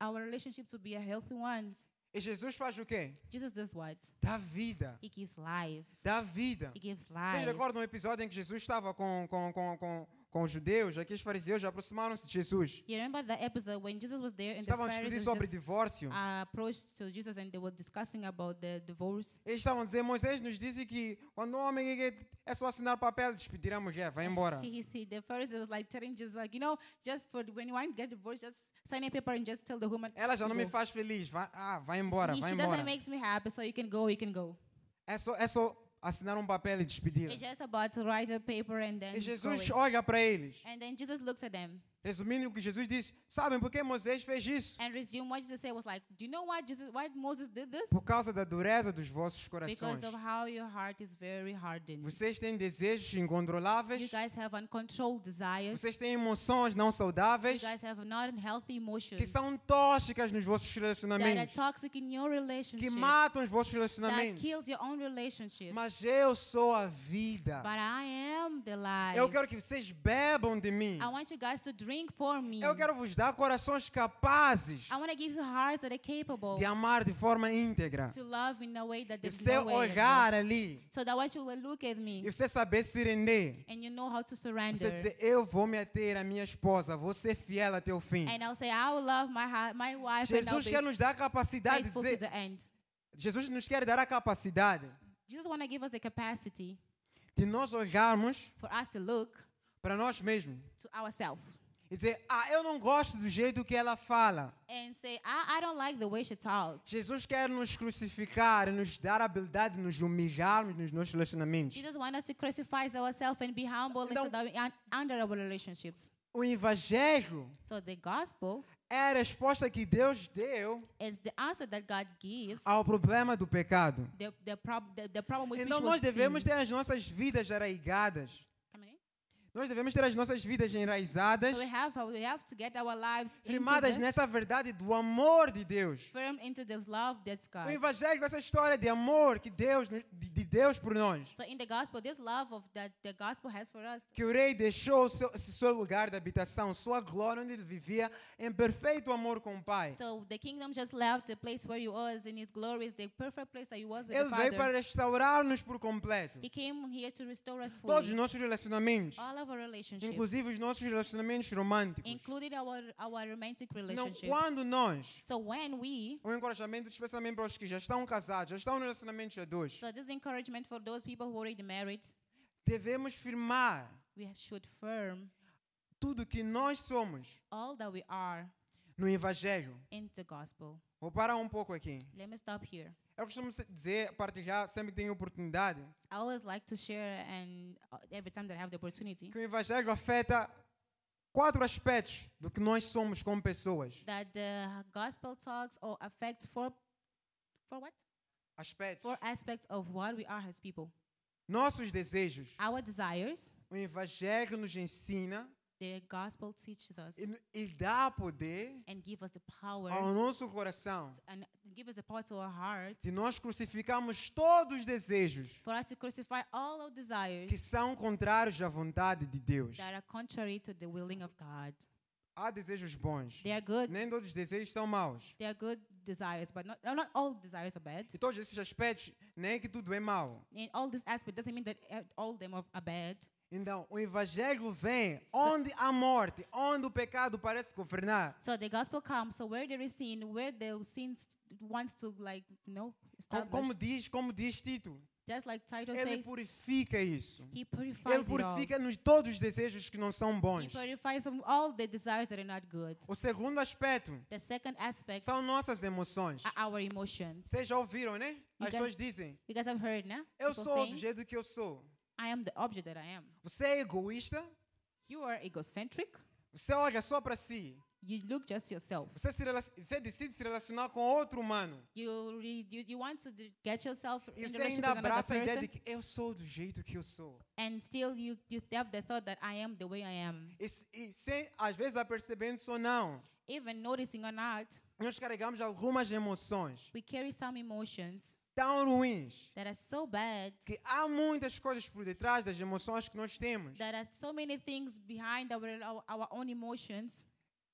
[SPEAKER 2] our relationship to be a healthy one.
[SPEAKER 1] E Jesus faz o quê?
[SPEAKER 2] Jesus does what?
[SPEAKER 1] Dá vida.
[SPEAKER 2] He gives life.
[SPEAKER 1] Dá vida.
[SPEAKER 2] He gives
[SPEAKER 1] Vocês
[SPEAKER 2] life.
[SPEAKER 1] recordam um episódio em que Jesus estava com, com, com, com, com os judeus? Aqui os fariseus aproximaram-se de Jesus.
[SPEAKER 2] You remember the episode when Jesus was there and the
[SPEAKER 1] Estavam a discutir
[SPEAKER 2] Pharisees
[SPEAKER 1] sobre
[SPEAKER 2] just,
[SPEAKER 1] divórcio.
[SPEAKER 2] uh, approached to Jesus and they were discussing about the divorce.
[SPEAKER 1] Eles estavam a dizer, Moisés nos disse que quando o homem é- é só assinar papel, despedir a mulher, vai embora.
[SPEAKER 2] He, he see the Pharisees was like telling Jesus like you know just for the- when you want to get divorced just sign a paper and just tell the woman
[SPEAKER 1] Ela já
[SPEAKER 2] "You
[SPEAKER 1] não me
[SPEAKER 2] go."
[SPEAKER 1] faz feliz. Vai, ah, vai embora,
[SPEAKER 2] He-
[SPEAKER 1] vai
[SPEAKER 2] she
[SPEAKER 1] embora.
[SPEAKER 2] doesn't make me happy so you can go you can go.
[SPEAKER 1] É só, é só assinar um papel e
[SPEAKER 2] He's
[SPEAKER 1] despedir.
[SPEAKER 2] just about to write a paper and then
[SPEAKER 1] E Jesus
[SPEAKER 2] going.
[SPEAKER 1] olha para eles.
[SPEAKER 2] and then Jesus looks at them
[SPEAKER 1] Resumindo o que Jesus disse, sabem por que Moisés fez isso?
[SPEAKER 2] and resume what Jesus said was like do you know why Jesus why Moses did this
[SPEAKER 1] Por causa da dureza dos vossos corações.
[SPEAKER 2] because of how your heart is very hardened.
[SPEAKER 1] Vocês têm desejos
[SPEAKER 2] You
[SPEAKER 1] incontroláveis,
[SPEAKER 2] guys have uncontrolled desires.
[SPEAKER 1] vocês têm emoções não
[SPEAKER 2] You
[SPEAKER 1] saudáveis,
[SPEAKER 2] guys have not healthy emotions.
[SPEAKER 1] que são tóxicas nos vossos
[SPEAKER 2] that are
[SPEAKER 1] relacionamentos,
[SPEAKER 2] toxic in your
[SPEAKER 1] que
[SPEAKER 2] relationship
[SPEAKER 1] matam os vossos
[SPEAKER 2] that
[SPEAKER 1] relacionamentos.
[SPEAKER 2] kills your own relationship.
[SPEAKER 1] Mas eu sou a vida.
[SPEAKER 2] but I am the life.
[SPEAKER 1] Eu quero que vocês bebam de mim.
[SPEAKER 2] I want you guys to drink for me.
[SPEAKER 1] Eu quero vos dar corações capazes
[SPEAKER 2] I want to give you hearts that are capable
[SPEAKER 1] de amar de forma íntegra.
[SPEAKER 2] to love in a way that
[SPEAKER 1] E
[SPEAKER 2] there's
[SPEAKER 1] você
[SPEAKER 2] no way. of love.
[SPEAKER 1] olhar ali,
[SPEAKER 2] So that what you will look at me
[SPEAKER 1] e você saber se render.
[SPEAKER 2] and you know how to
[SPEAKER 1] Você
[SPEAKER 2] surrender.
[SPEAKER 1] dizer, eu vou me ater à minha esposa, vou ser fiel até o fim.
[SPEAKER 2] And I'll say, I will love my heart, my wife, and I'll
[SPEAKER 1] Jesus
[SPEAKER 2] be
[SPEAKER 1] quer nos dar a capacidade de
[SPEAKER 2] faithful to
[SPEAKER 1] dizer,
[SPEAKER 2] the end.
[SPEAKER 1] Jesus nos quer dar a capacidade
[SPEAKER 2] Jesus want to give us the capacity
[SPEAKER 1] de nós olharmos
[SPEAKER 2] for us to look
[SPEAKER 1] para nós mesmos
[SPEAKER 2] to ourselves
[SPEAKER 1] e dizer, ah, eu não gosto do jeito que ela fala.
[SPEAKER 2] and say, I, I don't like the way she talks.
[SPEAKER 1] Jesus quer nos crucificar, e nos dar a habilidade de nos humilharmos nos nossos relacionamentos.
[SPEAKER 2] Jesus wants us to crucify ourselves and be humble
[SPEAKER 1] Então-
[SPEAKER 2] into the, un- under our relationships.
[SPEAKER 1] O evangelho
[SPEAKER 2] So the gospel
[SPEAKER 1] é a resposta que Deus deu
[SPEAKER 2] is the answer that God gives
[SPEAKER 1] ao problema do pecado.
[SPEAKER 2] the, the, prob- the, the problem with
[SPEAKER 1] Então
[SPEAKER 2] which was
[SPEAKER 1] nós devemos
[SPEAKER 2] sin.
[SPEAKER 1] ter as nossas vidas arraigadas.
[SPEAKER 2] Come again?
[SPEAKER 1] Nós devemos ter as nossas vidas enraizadas,
[SPEAKER 2] So we have we have to get our lives into
[SPEAKER 1] firmadas
[SPEAKER 2] the-
[SPEAKER 1] nessa verdade do amor de Deus.
[SPEAKER 2] firm into this love that's
[SPEAKER 1] O
[SPEAKER 2] God.
[SPEAKER 1] evangelho, essa história de amor que Deus nos- de, de Deus por nós,
[SPEAKER 2] So in the gospel, this love of that the gospel has for us,
[SPEAKER 1] que o rei deixou o seu, esse seu lugar de habitação, sua glória onde ele vivia em perfeito amor com o Pai.
[SPEAKER 2] so the kingdom just left the place where you was in His glory is the perfect place that you was with
[SPEAKER 1] Ele
[SPEAKER 2] the
[SPEAKER 1] veio para
[SPEAKER 2] Father.
[SPEAKER 1] restaurar-nos por completo.
[SPEAKER 2] He came here to restore us
[SPEAKER 1] Todos os
[SPEAKER 2] fully,
[SPEAKER 1] nossos relacionamentos,
[SPEAKER 2] all of our relationships,
[SPEAKER 1] inclusive os nossos relacionamentos românticos.
[SPEAKER 2] including our our romantic
[SPEAKER 1] Então,
[SPEAKER 2] relationships.
[SPEAKER 1] quando nós,
[SPEAKER 2] So when we,
[SPEAKER 1] um encorajamento especialmente para os que já estão casados, já estão em relacionamentos a dois,
[SPEAKER 2] so this encouragement for those people who already married,
[SPEAKER 1] devemos firmar
[SPEAKER 2] we should firm
[SPEAKER 1] tudo que nós somos
[SPEAKER 2] all that we are
[SPEAKER 1] no Evangelho.
[SPEAKER 2] in the gospel.
[SPEAKER 1] Vou parar um pouco aqui.
[SPEAKER 2] Let me stop here.
[SPEAKER 1] Eu costumo se- dizer, partilhar sempre que tenho oportunidade,
[SPEAKER 2] I always like to share, and uh, every time that I have the opportunity,
[SPEAKER 1] que o Evangelho afeta quatro aspectos do que nós somos como pessoas.
[SPEAKER 2] that the gospel talks or affects four, for what?
[SPEAKER 1] Aspectos.
[SPEAKER 2] Four aspects of what we are as people.
[SPEAKER 1] Nossos desejos.
[SPEAKER 2] Our desires,
[SPEAKER 1] O Evangelho nos ensina
[SPEAKER 2] the gospel teaches us
[SPEAKER 1] e, e dá poder
[SPEAKER 2] and give us the power
[SPEAKER 1] ao nosso coração
[SPEAKER 2] and give us the power to our heart
[SPEAKER 1] de nós crucificarmos todos os desejos
[SPEAKER 2] for us to crucify all our desires
[SPEAKER 1] que são contrários à vontade de Deus.
[SPEAKER 2] that are contrary to the willing of God.
[SPEAKER 1] Há desejos bons.
[SPEAKER 2] They are good.
[SPEAKER 1] Nem todos os desejos são maus.
[SPEAKER 2] They are good desires, but not, no, not all desires are bad.
[SPEAKER 1] E todos esses aspectos, nem que tudo é mau.
[SPEAKER 2] In all this aspect doesn't mean that uh, all them are, are bad.
[SPEAKER 1] Então, o evangelho vem onde há morte, onde o pecado parece governar.
[SPEAKER 2] So the gospel comes. So where there is sin, where the sin s- wants to like you know
[SPEAKER 1] Co- Como
[SPEAKER 2] Tá, establish.
[SPEAKER 1] diz, como diz Tito,
[SPEAKER 2] Just like Titus
[SPEAKER 1] Ele
[SPEAKER 2] says,
[SPEAKER 1] purifica isso.
[SPEAKER 2] he
[SPEAKER 1] Ele
[SPEAKER 2] purifies it all.
[SPEAKER 1] purifica-nos todos os desejos que não são
[SPEAKER 2] He
[SPEAKER 1] bons.
[SPEAKER 2] purifies of all the desires that are not good.
[SPEAKER 1] O segundo aspecto
[SPEAKER 2] The second aspect
[SPEAKER 1] são nossas emoções.
[SPEAKER 2] are our emotions.
[SPEAKER 1] Vocês já ouviram, né? As
[SPEAKER 2] Ah, Então- Tipo assim?
[SPEAKER 1] pessoas dizem,
[SPEAKER 2] You guys have heard, now?
[SPEAKER 1] eu sou do jeito que eu sou.
[SPEAKER 2] I am the object that I am.
[SPEAKER 1] Você é egoísta,
[SPEAKER 2] You are egocentric.
[SPEAKER 1] você olha só para si.
[SPEAKER 2] You look just yourself.
[SPEAKER 1] Você, se rela- você decide se relacionar com outro humano.
[SPEAKER 2] You re- you, you want to d- get yourself
[SPEAKER 1] E
[SPEAKER 2] in
[SPEAKER 1] você
[SPEAKER 2] relationship
[SPEAKER 1] ainda
[SPEAKER 2] with another
[SPEAKER 1] abraça a ideia de
[SPEAKER 2] person,
[SPEAKER 1] que eu sou do jeito que eu sou.
[SPEAKER 2] and still you you have the thought that I am the way I am,
[SPEAKER 1] E, s- e sem, às vezes, apercebendo isso ou não,
[SPEAKER 2] even noticing or not.
[SPEAKER 1] nós carregamos algumas emoções
[SPEAKER 2] We carry some emotions
[SPEAKER 1] tão ruins
[SPEAKER 2] that are so bad
[SPEAKER 1] que há muitas coisas por detrás das emoções que nós temos
[SPEAKER 2] that are so many things behind our our, our own emotions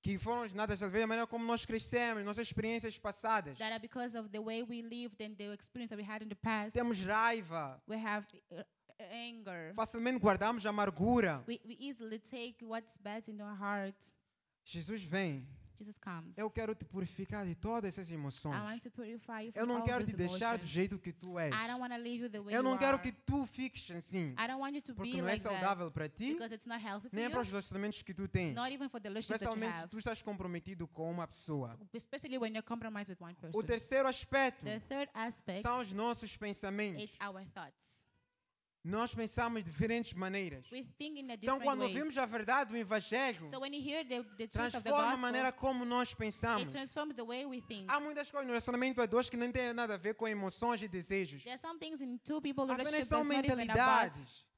[SPEAKER 1] que foram dadas às vezes da maneira como nós crescemos, nossas experiências passadas.
[SPEAKER 2] that are because of the way we lived and the experience that we had in the past.
[SPEAKER 1] Temos raiva,
[SPEAKER 2] We have uh, anger.
[SPEAKER 1] facilmente guardamos amargura.
[SPEAKER 2] We, we easily take what's bad in our heart.
[SPEAKER 1] Jesus vem.
[SPEAKER 2] Jesus comes.
[SPEAKER 1] Eu quero te purificar de todas essas
[SPEAKER 2] I
[SPEAKER 1] emoções.
[SPEAKER 2] want to purify you
[SPEAKER 1] Eu
[SPEAKER 2] from
[SPEAKER 1] não
[SPEAKER 2] all
[SPEAKER 1] quero
[SPEAKER 2] these
[SPEAKER 1] te deixar do
[SPEAKER 2] emotions.
[SPEAKER 1] jeito que tu és.
[SPEAKER 2] I don't want to leave you the way
[SPEAKER 1] Eu
[SPEAKER 2] you
[SPEAKER 1] não quero
[SPEAKER 2] are.
[SPEAKER 1] que tu fiques assim,
[SPEAKER 2] I don't want you to
[SPEAKER 1] porque
[SPEAKER 2] be
[SPEAKER 1] não é
[SPEAKER 2] like that
[SPEAKER 1] saudável para ti,
[SPEAKER 2] because it's not healthy for
[SPEAKER 1] nem é para os
[SPEAKER 2] you,
[SPEAKER 1] relacionamentos que tu tens.
[SPEAKER 2] not even for the relationships that you
[SPEAKER 1] Especialmente se
[SPEAKER 2] have,
[SPEAKER 1] tu estás comprometido com uma pessoa.
[SPEAKER 2] especially when you're compromised with one
[SPEAKER 1] O
[SPEAKER 2] person.
[SPEAKER 1] terceiro aspecto
[SPEAKER 2] The third aspect
[SPEAKER 1] são os nossos
[SPEAKER 2] is
[SPEAKER 1] pensamentos.
[SPEAKER 2] our thoughts.
[SPEAKER 1] Nós pensamos de diferentes maneiras.
[SPEAKER 2] We think in a
[SPEAKER 1] Então,
[SPEAKER 2] different
[SPEAKER 1] quando
[SPEAKER 2] ways.
[SPEAKER 1] ouvimos a verdade do Evangelho,
[SPEAKER 2] So when you hear the, the truth of the
[SPEAKER 1] transforma a maneira
[SPEAKER 2] gospel,
[SPEAKER 1] como nós
[SPEAKER 2] it
[SPEAKER 1] pensamos.
[SPEAKER 2] transforms the way we think.
[SPEAKER 1] Há muitas coisas no relacionamento a dois que não têm nada a ver com emoções e desejos.
[SPEAKER 2] There are some things in two people
[SPEAKER 1] Apenas
[SPEAKER 2] relationship
[SPEAKER 1] são
[SPEAKER 2] that's not even about.
[SPEAKER 1] mentalidades.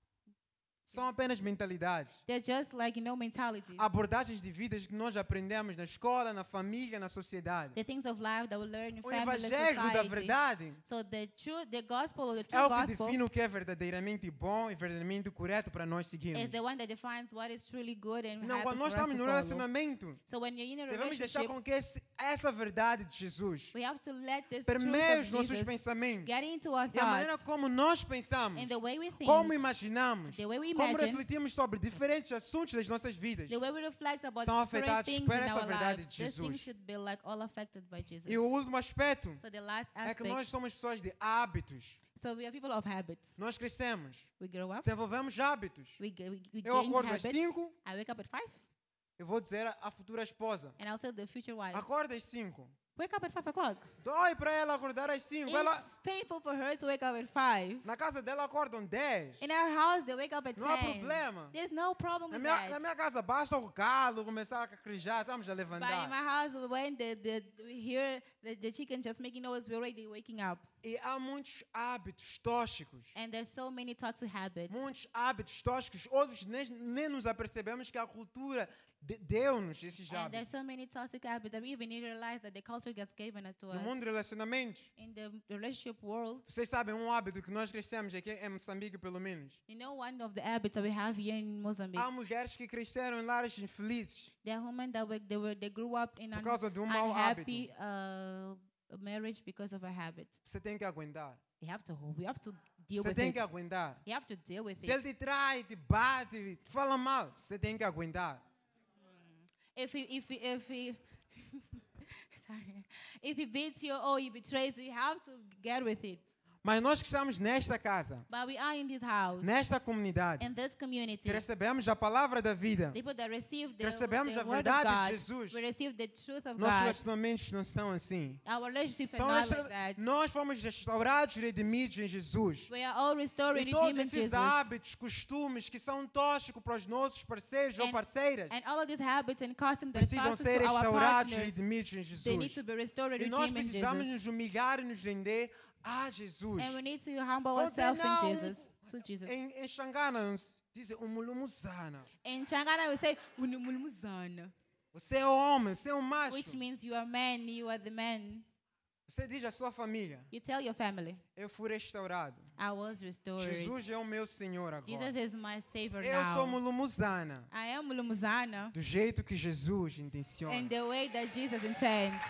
[SPEAKER 1] São apenas mentalidades.
[SPEAKER 2] They're just like you know mentality.
[SPEAKER 1] Abordagens de vidas que nós aprendemos na escola, na família, na sociedade.
[SPEAKER 2] The things of life that we learn in
[SPEAKER 1] O
[SPEAKER 2] family
[SPEAKER 1] Evangelho da
[SPEAKER 2] society.
[SPEAKER 1] verdade
[SPEAKER 2] So the true, the gospel or the
[SPEAKER 1] é
[SPEAKER 2] true
[SPEAKER 1] o que
[SPEAKER 2] gospel
[SPEAKER 1] define o que é verdadeiramente bom e verdadeiramente correto para nós
[SPEAKER 2] is
[SPEAKER 1] seguirmos.
[SPEAKER 2] the one that defines what is truly good and
[SPEAKER 1] Não,
[SPEAKER 2] happy
[SPEAKER 1] quando
[SPEAKER 2] é for
[SPEAKER 1] nós
[SPEAKER 2] us to
[SPEAKER 1] estamos no
[SPEAKER 2] follow.
[SPEAKER 1] relacionamento,
[SPEAKER 2] So when you're in a
[SPEAKER 1] devemos deixar
[SPEAKER 2] relationship,
[SPEAKER 1] com que esse, essa verdade de Jesus
[SPEAKER 2] we have to let this truth
[SPEAKER 1] permeie os
[SPEAKER 2] of
[SPEAKER 1] nossos
[SPEAKER 2] Jesus
[SPEAKER 1] pensamentos.
[SPEAKER 2] get into our
[SPEAKER 1] E a maneira
[SPEAKER 2] thoughts
[SPEAKER 1] como nós pensamos,
[SPEAKER 2] and the way we think,
[SPEAKER 1] como imaginamos,
[SPEAKER 2] the way we
[SPEAKER 1] como
[SPEAKER 2] imagine,
[SPEAKER 1] refletimos sobre diferentes assuntos das nossas vidas.
[SPEAKER 2] the way we reflect about
[SPEAKER 1] são afetados
[SPEAKER 2] different things
[SPEAKER 1] por
[SPEAKER 2] in
[SPEAKER 1] essa
[SPEAKER 2] our
[SPEAKER 1] verdade
[SPEAKER 2] lives.
[SPEAKER 1] de
[SPEAKER 2] These things
[SPEAKER 1] Jesus.
[SPEAKER 2] should be like all affected by Jesus.
[SPEAKER 1] E o último aspecto
[SPEAKER 2] So the last
[SPEAKER 1] é que
[SPEAKER 2] aspect.
[SPEAKER 1] nós somos pessoas de hábitos.
[SPEAKER 2] so we are people of habits.
[SPEAKER 1] Nós crescemos,
[SPEAKER 2] We grow up.
[SPEAKER 1] desenvolvemos hábitos.
[SPEAKER 2] we g- we, we
[SPEAKER 1] Eu
[SPEAKER 2] gain
[SPEAKER 1] acordo às
[SPEAKER 2] habits.
[SPEAKER 1] 5,
[SPEAKER 2] I wake up at five,
[SPEAKER 1] eu vou dizer à à futura esposa:
[SPEAKER 2] and I'll tell the future wife,
[SPEAKER 1] acorda às 5.
[SPEAKER 2] wake up at five o'clock.
[SPEAKER 1] Dói para ela acordar às 5. Ela,
[SPEAKER 2] It's painful for her to wake up at five.
[SPEAKER 1] na casa dela acordam 10.
[SPEAKER 2] In our house, they wake up at
[SPEAKER 1] Não há
[SPEAKER 2] 10.
[SPEAKER 1] problema.
[SPEAKER 2] There's no problem
[SPEAKER 1] Na
[SPEAKER 2] with
[SPEAKER 1] minha, na
[SPEAKER 2] that.
[SPEAKER 1] minha casa basta o galo começar a cacrijar, estamos a
[SPEAKER 2] But in
[SPEAKER 1] levantar.
[SPEAKER 2] my house, when the, the, we hear the, the chicken just making noise, we're already waking up.
[SPEAKER 1] E há muitos hábitos tóxicos.
[SPEAKER 2] And there's so many toxic habits.
[SPEAKER 1] Muitos hábitos tóxicos, outros nem, nem nos apercebemos que a cultura de, deu-nos esses
[SPEAKER 2] And
[SPEAKER 1] hábitos.
[SPEAKER 2] there's so many toxic habits that we even didn't realize that the culture gets given to us.
[SPEAKER 1] No mundo de relacionamentos,
[SPEAKER 2] In the relationship world,
[SPEAKER 1] vocês sabem um hábito que nós crescemos aqui é em Moçambique, pelo menos.
[SPEAKER 2] you know, one of the habits that we have here in Mozambique,
[SPEAKER 1] Há mulheres que cresceram em lares infelizes
[SPEAKER 2] there are women that were, they were they grew up in
[SPEAKER 1] por
[SPEAKER 2] an
[SPEAKER 1] causa de um mau hábito.
[SPEAKER 2] unhappy uh, marriage because of a habit.
[SPEAKER 1] Você tem que aguentar.
[SPEAKER 2] You have to we have to deal
[SPEAKER 1] Você
[SPEAKER 2] with
[SPEAKER 1] tem
[SPEAKER 2] it.
[SPEAKER 1] que aguentar.
[SPEAKER 2] You have to deal with
[SPEAKER 1] Se ele te
[SPEAKER 2] it.
[SPEAKER 1] trai, te bate, te fala mal, você tem que aguentar.
[SPEAKER 2] If he, if he, if he, sorry, if he beats you or he betrays you, you have to get with it.
[SPEAKER 1] Mas nós que estamos nesta casa,
[SPEAKER 2] But we are in this house,
[SPEAKER 1] nesta comunidade,
[SPEAKER 2] in this community,
[SPEAKER 1] que recebemos a palavra da vida,
[SPEAKER 2] people that receive the,
[SPEAKER 1] recebemos
[SPEAKER 2] the
[SPEAKER 1] a
[SPEAKER 2] word
[SPEAKER 1] verdade
[SPEAKER 2] of
[SPEAKER 1] de
[SPEAKER 2] God,
[SPEAKER 1] Jesus.
[SPEAKER 2] we receive the truth of
[SPEAKER 1] nossos
[SPEAKER 2] God.
[SPEAKER 1] relacionamentos não são assim.
[SPEAKER 2] Our relationships
[SPEAKER 1] São
[SPEAKER 2] are not
[SPEAKER 1] resta-
[SPEAKER 2] like that.
[SPEAKER 1] Nós fomos restaurados e redimidos em Jesus.
[SPEAKER 2] We are all restored,
[SPEAKER 1] E
[SPEAKER 2] redeemed
[SPEAKER 1] todos
[SPEAKER 2] in
[SPEAKER 1] esses
[SPEAKER 2] Jesus.
[SPEAKER 1] hábitos, costumes que são tóxicos para os nossos parceiros ou
[SPEAKER 2] And-
[SPEAKER 1] parceiras
[SPEAKER 2] And all of these habits and customs that
[SPEAKER 1] precisam
[SPEAKER 2] are
[SPEAKER 1] ser
[SPEAKER 2] to our
[SPEAKER 1] restaurados e
[SPEAKER 2] partners,
[SPEAKER 1] redimidos em
[SPEAKER 2] they need to
[SPEAKER 1] Jesus.
[SPEAKER 2] be restored,
[SPEAKER 1] E nós
[SPEAKER 2] redeemed in
[SPEAKER 1] precisamos
[SPEAKER 2] Jesus.
[SPEAKER 1] nos humilhar e nos render a Jesus.
[SPEAKER 2] And we need to humble
[SPEAKER 1] Don't say
[SPEAKER 2] ourselves in
[SPEAKER 1] no.
[SPEAKER 2] Jesus, to Jesus.
[SPEAKER 1] Em, em Xangana, dizem umulumuzana.
[SPEAKER 2] In Changana, we say, "Unumulumuzana,"
[SPEAKER 1] Você é homem, você é um macho.
[SPEAKER 2] which means you are man, you are the man.
[SPEAKER 1] Você diz à sua família:
[SPEAKER 2] You tell your family,
[SPEAKER 1] Eu fui restaurado.
[SPEAKER 2] I was restored.
[SPEAKER 1] Jesus é o meu Senhor
[SPEAKER 2] Jesus é
[SPEAKER 1] agora.
[SPEAKER 2] is my savior
[SPEAKER 1] Eu
[SPEAKER 2] now.
[SPEAKER 1] sou mulumuzana.
[SPEAKER 2] I am Mulumuzana
[SPEAKER 1] do jeito que Jesus
[SPEAKER 2] in
[SPEAKER 1] intenciona.
[SPEAKER 2] the way that Jesus intends.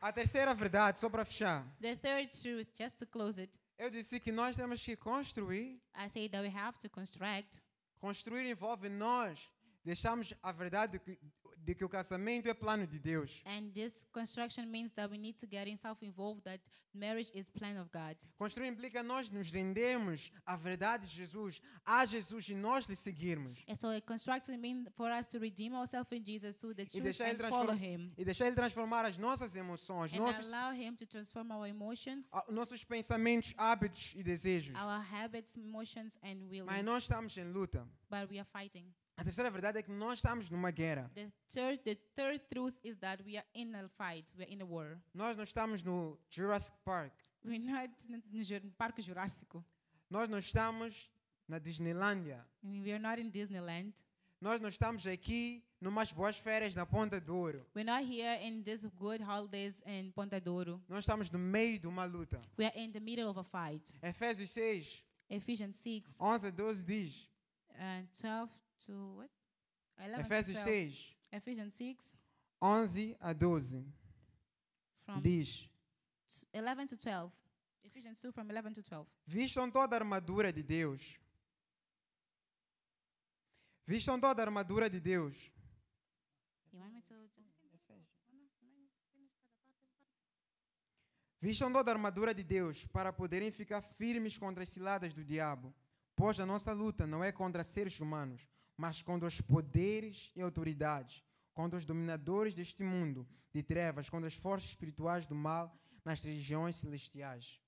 [SPEAKER 1] A terceira verdade, só para fechar,
[SPEAKER 2] The third truth, just to close it,
[SPEAKER 1] eu disse que nós temos que construir.
[SPEAKER 2] I say that we have to construct.
[SPEAKER 1] Construir envolve nós deixarmos a verdade do que, de que o casamento é plano de Deus.
[SPEAKER 2] And this construction means that we need to get ourselves involved that marriage is plan of God.
[SPEAKER 1] Construir implica nós nos rendermos à verdade de Jesus, a Jesus e nós lhe seguirmos.
[SPEAKER 2] And so it construction means for us to redeem ourselves in Jesus so that
[SPEAKER 1] E
[SPEAKER 2] choose
[SPEAKER 1] deixar, ele
[SPEAKER 2] and follow
[SPEAKER 1] transform-
[SPEAKER 2] him.
[SPEAKER 1] e deixar ele transformar as nossas emoções,
[SPEAKER 2] And
[SPEAKER 1] nossos,
[SPEAKER 2] allow him to transform our emotions,
[SPEAKER 1] a- nossos pensamentos, hábitos e desejos.
[SPEAKER 2] our habits, emotions, and
[SPEAKER 1] Mas
[SPEAKER 2] willings.
[SPEAKER 1] nós estamos em luta.
[SPEAKER 2] But we are fighting.
[SPEAKER 1] A terceira verdade é que nós estamos numa guerra.
[SPEAKER 2] The third, the third truth is that we are in a fight. We are in a war.
[SPEAKER 1] Nós não estamos no Jurassic Park.
[SPEAKER 2] We're not in the Jur- Parque Jurássico.
[SPEAKER 1] Nós não estamos na Disneylândia.
[SPEAKER 2] We are not in Disneyland.
[SPEAKER 1] Nós não estamos aqui numas boas férias na Ponta do Ouro.
[SPEAKER 2] We're not here in these good holidays in Ponta Douro.
[SPEAKER 1] Nós estamos no meio de uma luta.
[SPEAKER 2] We are in the middle of a fight.
[SPEAKER 1] Efésios 6,
[SPEAKER 2] Ephesians 6
[SPEAKER 1] 11 a 12 diz.
[SPEAKER 2] and 12 to what? 11 to
[SPEAKER 1] Efésios
[SPEAKER 2] 12.
[SPEAKER 1] 6,
[SPEAKER 2] Ephesians 6
[SPEAKER 1] 11 a 12
[SPEAKER 2] from
[SPEAKER 1] diz.
[SPEAKER 2] t- 11 to 12. Ephesians 2 from 11 to 12.
[SPEAKER 1] Vistam toda a armadura de Deus. Vistam toda a armadura de Deus.
[SPEAKER 2] You want me to?
[SPEAKER 1] Vistam toda a armadura de Deus para poderem ficar firmes contra as ciladas do diabo. Pois a nossa luta não é contra seres humanos, mas contra os poderes e autoridades, contra os dominadores deste mundo de trevas, contra as forças espirituais do mal nas regiões celestiais.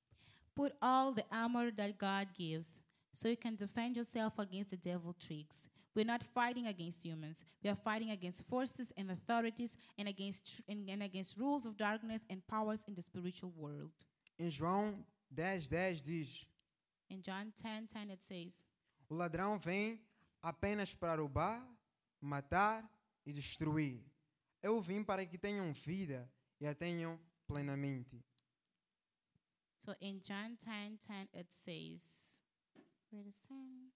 [SPEAKER 2] Put all the armor that God gives so you can defend yourself against the devil tricks. We're not fighting against humans. We are fighting against forces and authorities and against tr- and, and against rules of darkness and powers in the spiritual world.
[SPEAKER 1] Em João 10:10 diz:
[SPEAKER 2] In John 10, 10 it says,
[SPEAKER 1] O ladrão vem apenas para roubar, matar e destruir. Eu vim para que tenham vida e a tenham plenamente.
[SPEAKER 2] So in John 10 10, it says, Where is 10?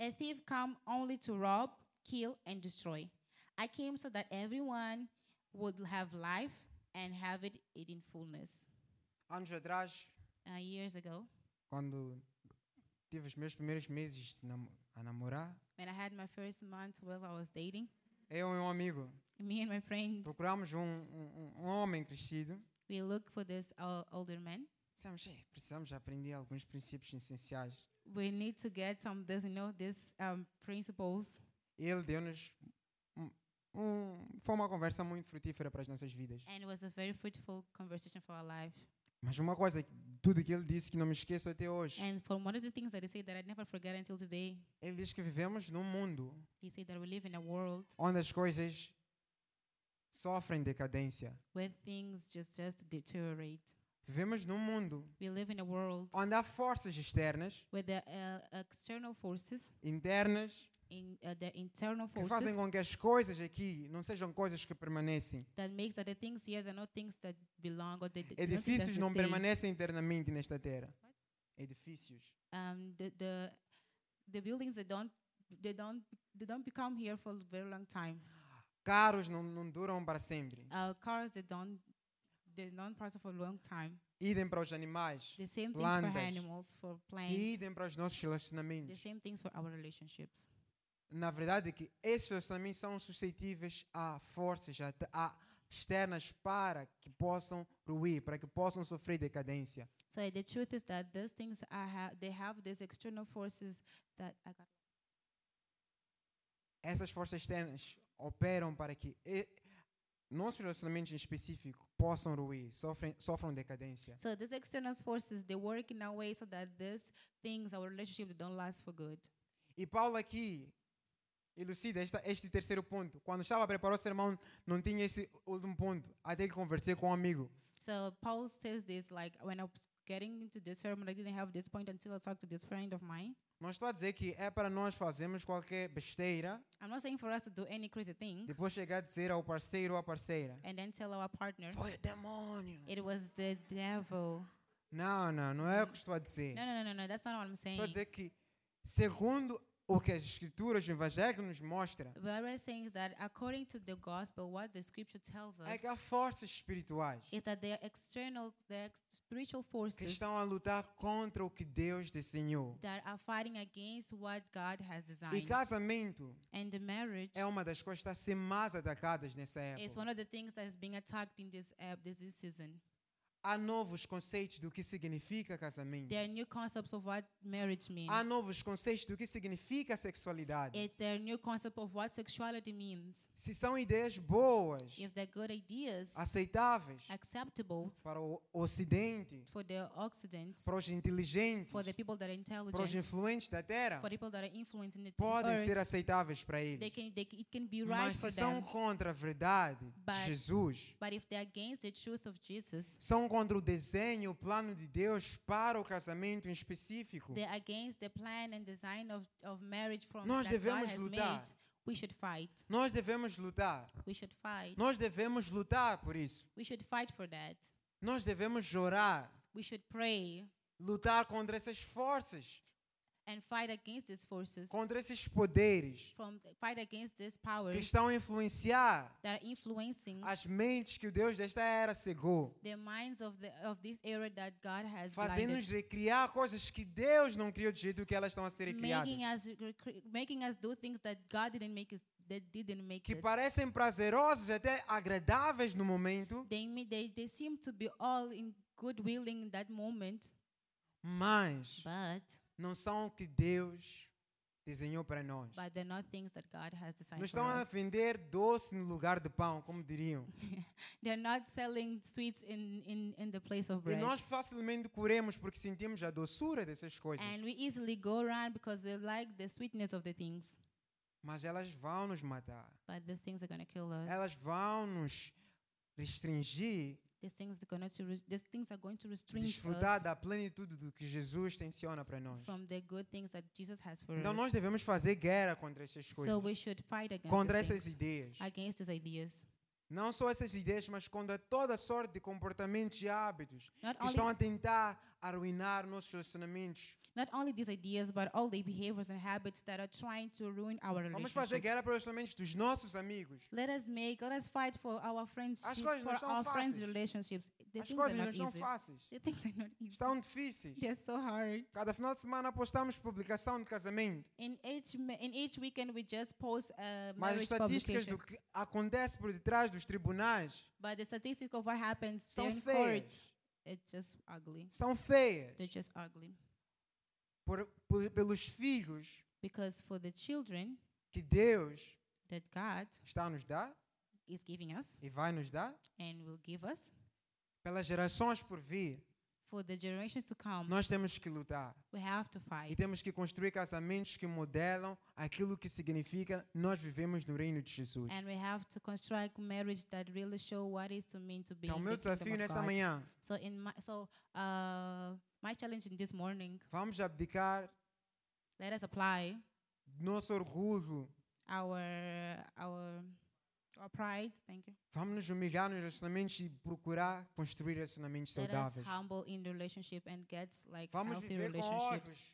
[SPEAKER 2] A thief come only to rob, kill, and destroy. I came so that everyone would have life and have it in fullness.
[SPEAKER 1] Anos atrás,
[SPEAKER 2] Uh, years ago,
[SPEAKER 1] quando tive os meus primeiros meses de namo- a namorar,
[SPEAKER 2] when I had my first month while I was dating,
[SPEAKER 1] eu e um amigo
[SPEAKER 2] me and my friend,
[SPEAKER 1] procuramos um, um, um homem crescido.
[SPEAKER 2] we looked for this uh, older man.
[SPEAKER 1] Dissemos, "Ei, precisamos aprender alguns princípios essenciais.
[SPEAKER 2] We need to get some, this, you know, these um, principles.
[SPEAKER 1] Ele deu-nos um, um, foi uma conversa muito frutífera para as nossas vidas.
[SPEAKER 2] And it was a very fruitful conversation for our life.
[SPEAKER 1] Mas uma coisa, que- tudo que ele disse que não me esqueço até hoje.
[SPEAKER 2] And from one of the things that he said that I never forget until today,
[SPEAKER 1] Ele diz que vivemos num mundo
[SPEAKER 2] he said that we live in a world
[SPEAKER 1] onde as coisas sofrem decadência.
[SPEAKER 2] where things just just deteriorate.
[SPEAKER 1] Vivemos num mundo
[SPEAKER 2] We live in a world
[SPEAKER 1] onde há forças externas,
[SPEAKER 2] where there are uh, external forces,
[SPEAKER 1] internas,
[SPEAKER 2] in uh, the internal
[SPEAKER 1] que fazem
[SPEAKER 2] forces
[SPEAKER 1] com que as coisas aqui não sejam coisas que permanecem.
[SPEAKER 2] that makes that the things here they're not things that belong or they they- they're not things
[SPEAKER 1] E Edifícios
[SPEAKER 2] that
[SPEAKER 1] não
[SPEAKER 2] sustain.
[SPEAKER 1] permanecem eternamente nesta terra. Edifícios.
[SPEAKER 2] Um, the the the buildings they don't they don't they don't become here for a very long time.
[SPEAKER 1] Carros não, não duram para sempre.
[SPEAKER 2] Uh, cars they don't they don't pass for a long time.
[SPEAKER 1] Idem para os animais.
[SPEAKER 2] The same things
[SPEAKER 1] Plantas.
[SPEAKER 2] for animals, for plants,
[SPEAKER 1] Idem para os nossos
[SPEAKER 2] the
[SPEAKER 1] relacionamentos.
[SPEAKER 2] same things for our relationships.
[SPEAKER 1] Na verdade, é que esses relacionamentos são suscetíveis a forças a, a externas para que possam ruir, para que possam sofrer decadência.
[SPEAKER 2] So the truth is that these things are ha- they have these external forces that I got.
[SPEAKER 1] Essas forças externas operam para que e, nossos relacionamentos em específico possam ruir, sofrem, sofram decadência.
[SPEAKER 2] So these external forces they work in a way so that these things, our relationship, they don't last for good.
[SPEAKER 1] E Paulo aqui elucida esta, este terceiro ponto. Quando estava a preparar o sermão, não tinha esse último ponto, até que conversei com um amigo.
[SPEAKER 2] So Paul says this like when I was getting into this sermon, I didn't have this point until I talked to this friend of mine.
[SPEAKER 1] Não estou a dizer que é para nós fazermos qualquer besteira,
[SPEAKER 2] I'm not saying for us to do any crazy thing
[SPEAKER 1] depois chegar a dizer ao parceiro ou à parceira.
[SPEAKER 2] and then tell our partner
[SPEAKER 1] Foi o demônio.
[SPEAKER 2] it was the devil.
[SPEAKER 1] Não, não, não é o que estou a dizer.
[SPEAKER 2] No, no, no, no, no. That's not what I'm saying.
[SPEAKER 1] Estou a dizer que, segundo o que as escrituras, o evangelho nos mostra
[SPEAKER 2] But we're saying that according to the gospel, what the scripture tells
[SPEAKER 1] é
[SPEAKER 2] us
[SPEAKER 1] que há forças espirituais
[SPEAKER 2] is that there are external, there are spiritual
[SPEAKER 1] que
[SPEAKER 2] forces
[SPEAKER 1] estão a lutar contra o que Deus desenhou.
[SPEAKER 2] that are fighting against what God has
[SPEAKER 1] E
[SPEAKER 2] designed.
[SPEAKER 1] casamento
[SPEAKER 2] And the marriage
[SPEAKER 1] é um uma das coisas que está a ser mais atacadas nessa
[SPEAKER 2] is
[SPEAKER 1] época.
[SPEAKER 2] one of the things that is being attacked in this uh, this, this season.
[SPEAKER 1] Há novos conceitos do que significa casamento.
[SPEAKER 2] There are new concepts of what marriage means.
[SPEAKER 1] Há novos conceitos do que significa sexualidade.
[SPEAKER 2] It's a new concept of what sexuality means.
[SPEAKER 1] Se são ideias boas,
[SPEAKER 2] If they're good ideas,
[SPEAKER 1] Ah. aceitáveis
[SPEAKER 2] acceptable
[SPEAKER 1] para o Ocidente,
[SPEAKER 2] for the Occident,
[SPEAKER 1] para os inteligentes,
[SPEAKER 2] for the people that are
[SPEAKER 1] para os
[SPEAKER 2] intelligent,
[SPEAKER 1] influentes da Terra,
[SPEAKER 2] for people that are influencing the
[SPEAKER 1] podem
[SPEAKER 2] earth,
[SPEAKER 1] ser aceitáveis para
[SPEAKER 2] they
[SPEAKER 1] eles.
[SPEAKER 2] can, they, can- it can be right
[SPEAKER 1] Mas
[SPEAKER 2] for
[SPEAKER 1] se são
[SPEAKER 2] them.
[SPEAKER 1] contra a verdade de
[SPEAKER 2] But-
[SPEAKER 1] Jesus,
[SPEAKER 2] But if they're against the truth of Jesus,
[SPEAKER 1] são contra o desenho, o plano de Deus para o casamento em específico.
[SPEAKER 2] they're against the plan and design of, of marriage from
[SPEAKER 1] Nós
[SPEAKER 2] that God
[SPEAKER 1] devemos
[SPEAKER 2] has
[SPEAKER 1] lutar.
[SPEAKER 2] made, we should fight.
[SPEAKER 1] Nós devemos lutar.
[SPEAKER 2] We should fight.
[SPEAKER 1] Nós devemos lutar por isso.
[SPEAKER 2] We should fight for that.
[SPEAKER 1] Nós devemos orar,
[SPEAKER 2] We should pray
[SPEAKER 1] lutar contra essas forças,
[SPEAKER 2] and fight against these forces,
[SPEAKER 1] contra esses poderes
[SPEAKER 2] from fight against these
[SPEAKER 1] que
[SPEAKER 2] powers
[SPEAKER 1] estão a influenciar
[SPEAKER 2] that are influencing
[SPEAKER 1] as mentes que o Deus desta era cegou,
[SPEAKER 2] the minds of the of this era that God has blinded,
[SPEAKER 1] fazendo-nos recriar coisas que Deus não criou do jeito que elas estão a ser criadas,
[SPEAKER 2] making us recre- making us do things that God didn't make us that didn't make
[SPEAKER 1] que
[SPEAKER 2] it.
[SPEAKER 1] parecem prazerosas até agradáveis no momento,
[SPEAKER 2] They, me- they they seem to be all in good willing in that moment,
[SPEAKER 1] mas
[SPEAKER 2] but
[SPEAKER 1] não são o que Deus desenhou para nós.
[SPEAKER 2] but they're not things that God has designed
[SPEAKER 1] Nos
[SPEAKER 2] for
[SPEAKER 1] estão a
[SPEAKER 2] us.
[SPEAKER 1] vender doce no lugar de pão, como diriam.
[SPEAKER 2] They're not selling sweets in in in the place of
[SPEAKER 1] E
[SPEAKER 2] bread.
[SPEAKER 1] nós facilmente corremos porque sentimos a doçura dessas coisas.
[SPEAKER 2] And we easily go around because we like the sweetness of the things,
[SPEAKER 1] Mas elas vão nos matar.
[SPEAKER 2] but these things are gonna kill us.
[SPEAKER 1] Elas vão nos restringir,
[SPEAKER 2] These things are going to res- these things are going to restrict
[SPEAKER 1] desfrutar
[SPEAKER 2] us
[SPEAKER 1] da plenitude do que Jesus tensiona para nós.
[SPEAKER 2] from the good things that Jesus has for
[SPEAKER 1] Então nós
[SPEAKER 2] us.
[SPEAKER 1] devemos fazer guerra contra essas
[SPEAKER 2] So we
[SPEAKER 1] coisas,
[SPEAKER 2] should fight against
[SPEAKER 1] contra
[SPEAKER 2] the
[SPEAKER 1] essas
[SPEAKER 2] things,
[SPEAKER 1] ideias.
[SPEAKER 2] against these ideas.
[SPEAKER 1] Não só essas ideias, mas contra toda sorte de comportamentos e hábitos
[SPEAKER 2] Not
[SPEAKER 1] que estão
[SPEAKER 2] only
[SPEAKER 1] a tentar arruinar nossos relacionamentos.
[SPEAKER 2] not only these ideas, but all the behaviors and habits that are trying to ruin our
[SPEAKER 1] Vamos fazer guerra
[SPEAKER 2] relationships.
[SPEAKER 1] para os relacionamentos dos nossos amigos.
[SPEAKER 2] Let us make, let us fight for our friends,
[SPEAKER 1] As coisas não
[SPEAKER 2] for
[SPEAKER 1] são
[SPEAKER 2] our friends'
[SPEAKER 1] fáceis.
[SPEAKER 2] relationships. The
[SPEAKER 1] As
[SPEAKER 2] things are
[SPEAKER 1] coisas não
[SPEAKER 2] not
[SPEAKER 1] estão
[SPEAKER 2] easy.
[SPEAKER 1] fáceis,
[SPEAKER 2] The things are not easy.
[SPEAKER 1] estão difíceis.
[SPEAKER 2] They're so hard.
[SPEAKER 1] Cada final de semana postamos publicação de casamento,
[SPEAKER 2] In each ma- in each weekend we just post a
[SPEAKER 1] mas as
[SPEAKER 2] marriage
[SPEAKER 1] estatísticas
[SPEAKER 2] publication,
[SPEAKER 1] do que acontece por detrás dos tribunais
[SPEAKER 2] but the statistics of what happens there
[SPEAKER 1] são
[SPEAKER 2] in court,
[SPEAKER 1] feias.
[SPEAKER 2] it's just ugly.
[SPEAKER 1] São feias
[SPEAKER 2] They're just ugly
[SPEAKER 1] por, por, pelos filhos
[SPEAKER 2] because for the children
[SPEAKER 1] que Deus
[SPEAKER 2] that God
[SPEAKER 1] está a nos dar
[SPEAKER 2] is giving us
[SPEAKER 1] e vai nos dar,
[SPEAKER 2] and will give us,
[SPEAKER 1] pelas gerações por vir,
[SPEAKER 2] for the generations to come,
[SPEAKER 1] nós temos que lutar.
[SPEAKER 2] we have to
[SPEAKER 1] E
[SPEAKER 2] fight.
[SPEAKER 1] temos que construir casamentos que modelam aquilo que significa nós vivemos no reino de Jesus.
[SPEAKER 2] And we have to construct marriage that really show what is to mean to be
[SPEAKER 1] Então, o
[SPEAKER 2] in
[SPEAKER 1] meu
[SPEAKER 2] the kingdom
[SPEAKER 1] desafio
[SPEAKER 2] of
[SPEAKER 1] nessa
[SPEAKER 2] God.
[SPEAKER 1] manhã,
[SPEAKER 2] So in my so uh my challenge in this morning,
[SPEAKER 1] vamos abdicar
[SPEAKER 2] let us apply
[SPEAKER 1] do nosso orgulho,
[SPEAKER 2] our our our pride. Thank you.
[SPEAKER 1] vamos nos humilhar nos relacionamentos e procurar construir relacionamentos
[SPEAKER 2] Let us
[SPEAKER 1] saudáveis.
[SPEAKER 2] humble in the relationship and get like
[SPEAKER 1] Vamos
[SPEAKER 2] healthy
[SPEAKER 1] viver com
[SPEAKER 2] relationships.
[SPEAKER 1] olhos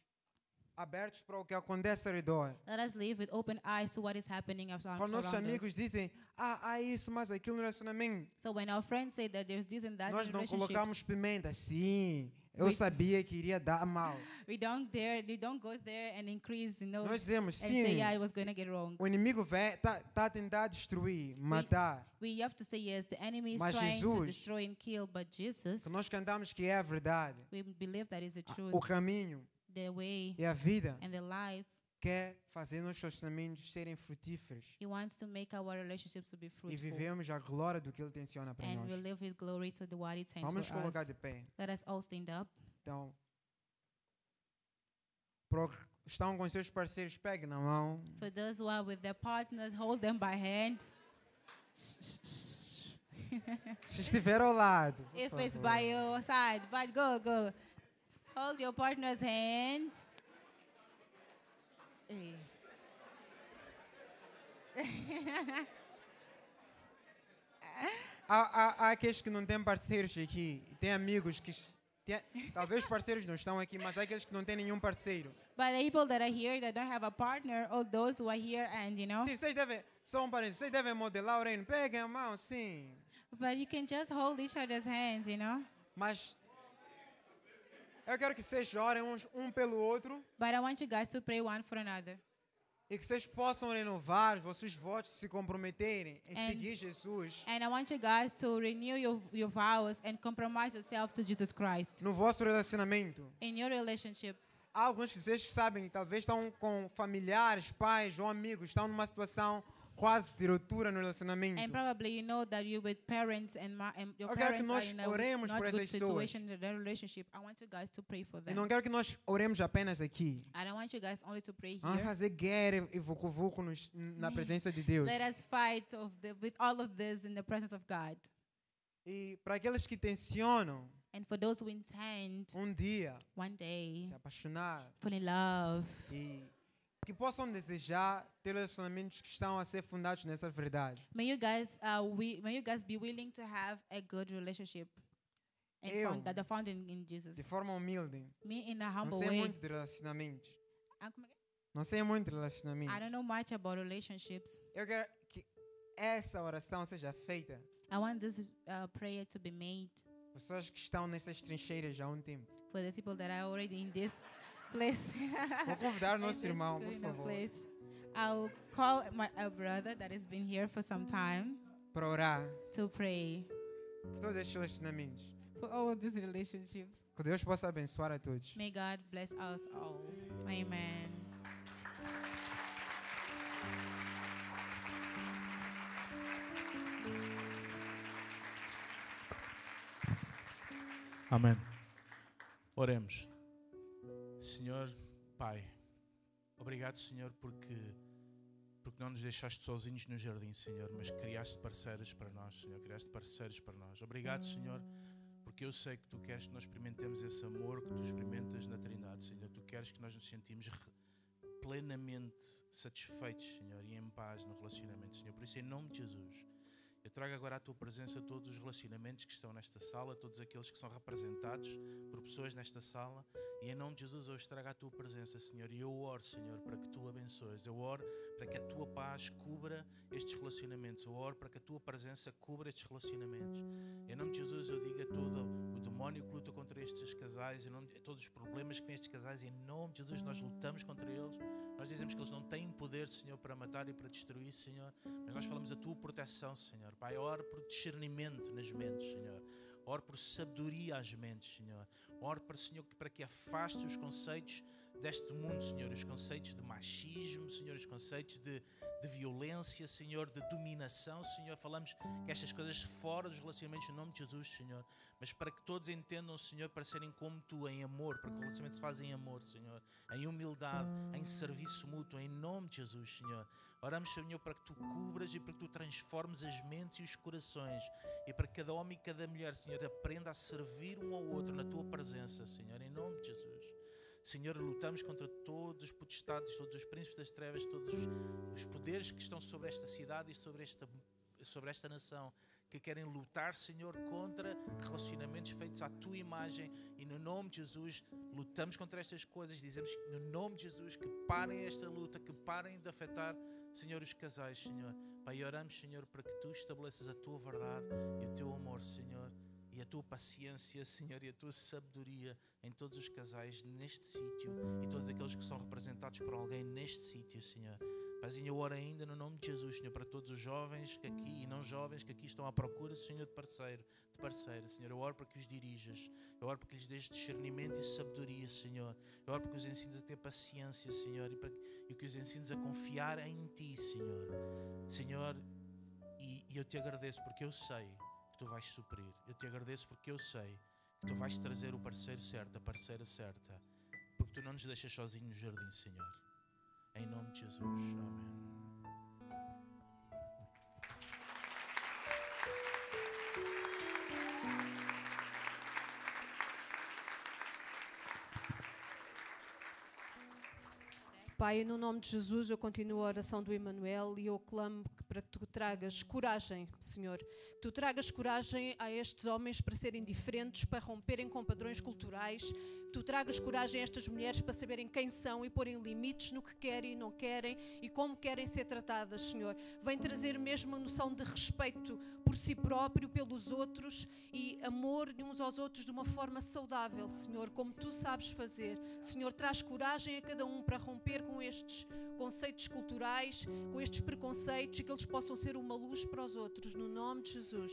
[SPEAKER 1] abertos para o que acontece ao redor.
[SPEAKER 2] Let us live with open eyes to what is happening ar-
[SPEAKER 1] Quando
[SPEAKER 2] around us.
[SPEAKER 1] nossos amigos dizem, ah, há isso, mas aquilo no relacionamento,
[SPEAKER 2] So when our friends say that there's this and that
[SPEAKER 1] nós
[SPEAKER 2] in
[SPEAKER 1] não
[SPEAKER 2] relationships,
[SPEAKER 1] colocamos pimenta. Sim, eu
[SPEAKER 2] We-
[SPEAKER 1] sabia que iria dar mal.
[SPEAKER 2] we don't dare, we don't go there and increase, you know,
[SPEAKER 1] Nós dizemos,
[SPEAKER 2] and say
[SPEAKER 1] sim,
[SPEAKER 2] yeah, it was going to get wrong.
[SPEAKER 1] o inimigo está tá a tentar destruir, matar.
[SPEAKER 2] We have to say yes. The enemy is
[SPEAKER 1] Mas
[SPEAKER 2] trying to
[SPEAKER 1] Jesus-
[SPEAKER 2] destroy and kill, but Jesus,
[SPEAKER 1] Que nós cantamos que é a verdade,
[SPEAKER 2] we believe that is the
[SPEAKER 1] a-
[SPEAKER 2] truth,
[SPEAKER 1] o caminho
[SPEAKER 2] the way,
[SPEAKER 1] e a vida.
[SPEAKER 2] and the life.
[SPEAKER 1] Quer fazer nossos relacionamentos serem frutíferos.
[SPEAKER 2] He wants to make our relationships to be
[SPEAKER 1] E
[SPEAKER 2] fruitful,
[SPEAKER 1] vivemos a glória do que Ele tensiona para
[SPEAKER 2] and we
[SPEAKER 1] nós.
[SPEAKER 2] live with glory to the what it's sent
[SPEAKER 1] Vamos nos
[SPEAKER 2] to us.
[SPEAKER 1] colocar de pé.
[SPEAKER 2] Let us all stand up.
[SPEAKER 1] Então, pro- estão com seus parceiros, pegue na mão.
[SPEAKER 2] For those who are with their partners, hold them by hand.
[SPEAKER 1] Se estiver ao lado. por
[SPEAKER 2] If it's
[SPEAKER 1] favor.
[SPEAKER 2] by your side, but go, go. Hold your partner's hand. Eh.
[SPEAKER 1] Há, há, há aqueles que não têm parceiros aqui, e têm amigos que s- Tem- talvez parceiros não estão aqui, mas há aqueles que não têm nenhum parceiro.
[SPEAKER 2] But the people that are here that don't have a partner, all those who are here, and you know,
[SPEAKER 1] Sim, vocês devem, só um parênteses, vocês devem modelar o reino. Peguem a mão, sim.
[SPEAKER 2] but you can just hold each other's hands, you know.
[SPEAKER 1] Mas eu quero que vocês orem uns, um pelo outro
[SPEAKER 2] But I want you guys to pray one for another
[SPEAKER 1] e que vocês possam renovar os vossos votos, se comprometerem em
[SPEAKER 2] And-
[SPEAKER 1] seguir Jesus
[SPEAKER 2] and I want you guys to renew your, your vows and compromise yourself to Jesus Christ
[SPEAKER 1] no vosso relacionamento.
[SPEAKER 2] in your relationship.
[SPEAKER 1] Há alguns que vocês sabem, talvez estão com familiares, pais ou amigos, estão numa situação quase de ruptura no relacionamento.
[SPEAKER 2] And probably you know that you with parents and, ma- and your
[SPEAKER 1] Eu quero que
[SPEAKER 2] parents are
[SPEAKER 1] nós
[SPEAKER 2] in
[SPEAKER 1] oremos
[SPEAKER 2] a
[SPEAKER 1] por
[SPEAKER 2] not
[SPEAKER 1] essas
[SPEAKER 2] good
[SPEAKER 1] pessoas.
[SPEAKER 2] situation in their relationship. I want you guys to pray for
[SPEAKER 1] E
[SPEAKER 2] them.
[SPEAKER 1] não quero que nós oremos apenas aqui.
[SPEAKER 2] I don't want you guys only to pray
[SPEAKER 1] Vamos
[SPEAKER 2] here.
[SPEAKER 1] fazer guerra e vucu-vucu nos- na presença de Deus.
[SPEAKER 2] Let us fight of the, with all of this in the presence of God.
[SPEAKER 1] E para aqueles que tensionam
[SPEAKER 2] And for those who intend
[SPEAKER 1] um dia
[SPEAKER 2] one day
[SPEAKER 1] se apaixonar
[SPEAKER 2] fall in love
[SPEAKER 1] e que possam desejar ter relacionamentos que estão a ser fundados nessa verdade.
[SPEAKER 2] may you guys uh, we, may you guys be willing to have a good relationship and
[SPEAKER 1] Eu.
[SPEAKER 2] found, that are found in, in jesus
[SPEAKER 1] De forma humilde.
[SPEAKER 2] me in a
[SPEAKER 1] Não
[SPEAKER 2] humble
[SPEAKER 1] sei
[SPEAKER 2] way
[SPEAKER 1] muito de relacionamentos.
[SPEAKER 2] Ah, como é que-
[SPEAKER 1] Não sei muito de
[SPEAKER 2] i don't
[SPEAKER 1] relacionamentos.
[SPEAKER 2] know much about relationships
[SPEAKER 1] Eu quero que essa oração seja feita
[SPEAKER 2] i want this uh, prayer to be made
[SPEAKER 1] por pessoas que estão nessas trincheiras já há um tempo.
[SPEAKER 2] for the people that are already in this place
[SPEAKER 1] Vou convidar o
[SPEAKER 2] In
[SPEAKER 1] nosso
[SPEAKER 2] this
[SPEAKER 1] irmão, por
[SPEAKER 2] kind of
[SPEAKER 1] favor,
[SPEAKER 2] place. i'll call my a brother that has been here for some time
[SPEAKER 1] para orar
[SPEAKER 2] to pray
[SPEAKER 1] por todos estes relacionamentos.
[SPEAKER 2] for all of these relationships
[SPEAKER 1] Que Deus possa abençoar a todos.
[SPEAKER 2] May God bless us all. Amen.
[SPEAKER 3] Amém. Oremos. Senhor Pai, obrigado, Senhor, porque, porque não nos deixaste sozinhos no jardim, Senhor, mas criaste parceiros para nós, Senhor. Criaste parceiros para nós. Obrigado, Senhor, porque eu sei que tu queres que nós experimentemos esse amor que tu experimentas na Trindade, Senhor. Tu queres que nós nos sentimos re- plenamente satisfeitos, Senhor, e em paz no relacionamento, Senhor. Por isso, em nome de Jesus. Eu trago agora à tua presença todos os relacionamentos que estão nesta sala, todos aqueles que são representados por pessoas nesta sala, e em nome de Jesus eu os trago à tua presença, Senhor. E eu oro, Senhor, para que tu abençoes. Eu oro para que a tua paz cubra estes relacionamentos. Eu oro para que a tua presença cubra estes relacionamentos. Em nome de Jesus eu digo a todo o demónio que luta contra estes casais, em nome de, a todos os problemas que têm estes casais, em nome de Jesus nós lutamos contra eles. Nós dizemos que eles não têm poder, Senhor, para matar e para destruir, Senhor. Mas nós falamos a tua proteção, Senhor. Pai, oro por discernimento nas mentes, Senhor. Oro por sabedoria às mentes, Senhor. Oro para, Senhor, que- para que afaste os conceitos deste mundo, Senhor. Os conceitos de machismo, Senhor. Os conceitos de, de violência, Senhor. De dominação, Senhor. Falamos que estas coisas fora dos relacionamentos, em nome de Jesus, Senhor. Mas para que todos entendam, Senhor, para serem como tu, em amor. Para que o relacionamento se faz em amor, Senhor. Em humildade, em serviço mútuo, em nome de Jesus, Senhor. Oramos, Senhor, para que tu cubras e para que tu transformes as mentes e os corações e para que cada homem e cada mulher, Senhor, aprenda a servir um ao outro na tua presença, Senhor, em nome de Jesus. Senhor, lutamos contra todos os potestades, todos os príncipes das trevas, todos os- os poderes que estão sobre esta cidade e sobre esta, sobre esta nação que querem lutar, Senhor, contra relacionamentos feitos à tua imagem e no nome de Jesus lutamos contra estas coisas. Dizemos que, no nome de Jesus que parem esta luta, que parem de afetar Senhor, os casais, Senhor. Pai, oramos, Senhor, para que tu estabeleças a tua verdade e o teu amor, Senhor, e a tua paciência, Senhor, e a tua sabedoria em todos os casais neste sítio e todos aqueles que são representados por alguém neste sítio, Senhor. Paizinho, eu oro ainda no nome de Jesus, Senhor, para todos os jovens que aqui e não jovens que aqui estão à procura, Senhor, de parceiro, de parceira, Senhor. Eu oro para que os dirijas, eu oro para que lhes dês discernimento e sabedoria, Senhor. Eu oro para que os ensines a ter paciência, Senhor, e para que e que os ensines a confiar em Ti, Senhor. Senhor, e, e eu te agradeço porque eu sei que Tu vais suprir. Eu te agradeço porque eu sei que Tu vais trazer o parceiro certo, a parceira certa. Porque Tu não nos deixas sozinhos no jardim, Senhor. Em nome de Jesus. Amém.
[SPEAKER 4] Pai, no nome de Jesus, eu continuo a oração do Emanuel e eu clamo que para que tu tragas coragem, Senhor. Que tu tragas coragem a estes homens para serem diferentes, para romperem com padrões culturais. Que tu tragas coragem a estas mulheres para saberem quem são e porem limites no que querem e não querem e como querem ser tratadas, Senhor. Vem trazer mesmo uma noção de respeito por si próprio, pelos outros e amor de uns aos outros de uma forma saudável, Senhor, como tu sabes fazer. Senhor, traz coragem a cada um para romper com estes conceitos culturais, com estes preconceitos e que eles possam ser uma luz para os outros, no nome de Jesus.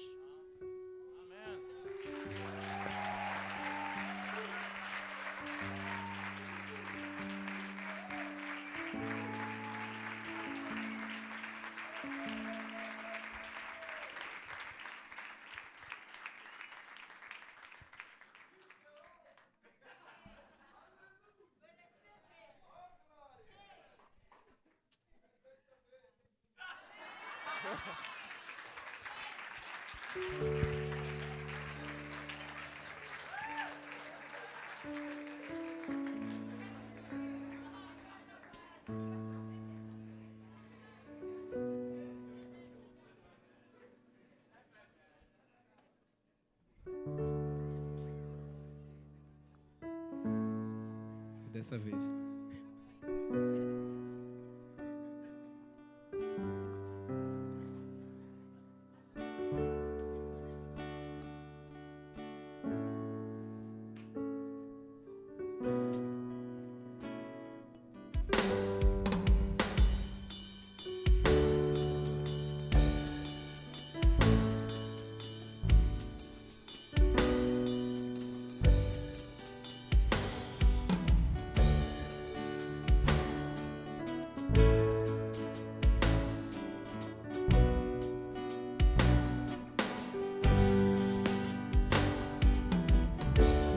[SPEAKER 5] Dessa vez.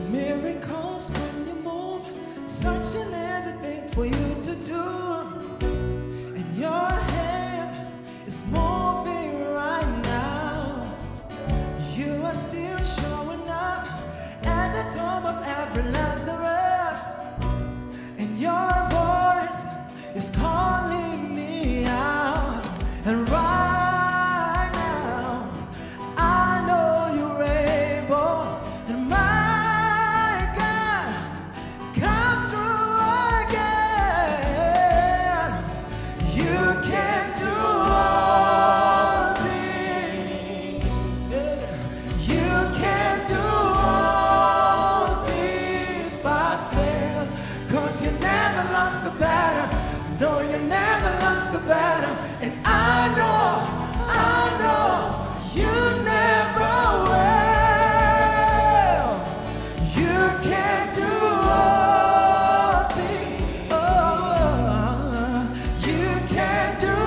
[SPEAKER 6] Miracles when you move, searching everything for you to do. And your hand is moving right now. You are still showing up at the tomb of every Lazarus. And your voice is calling me out. And right now, I know you're able. And my God, come through again. You can do all things. You can do all things by faith. Cause you never lost the battle. No, you never lost the battle. And I know, I know, you never will. You can do all things. Oh, you can do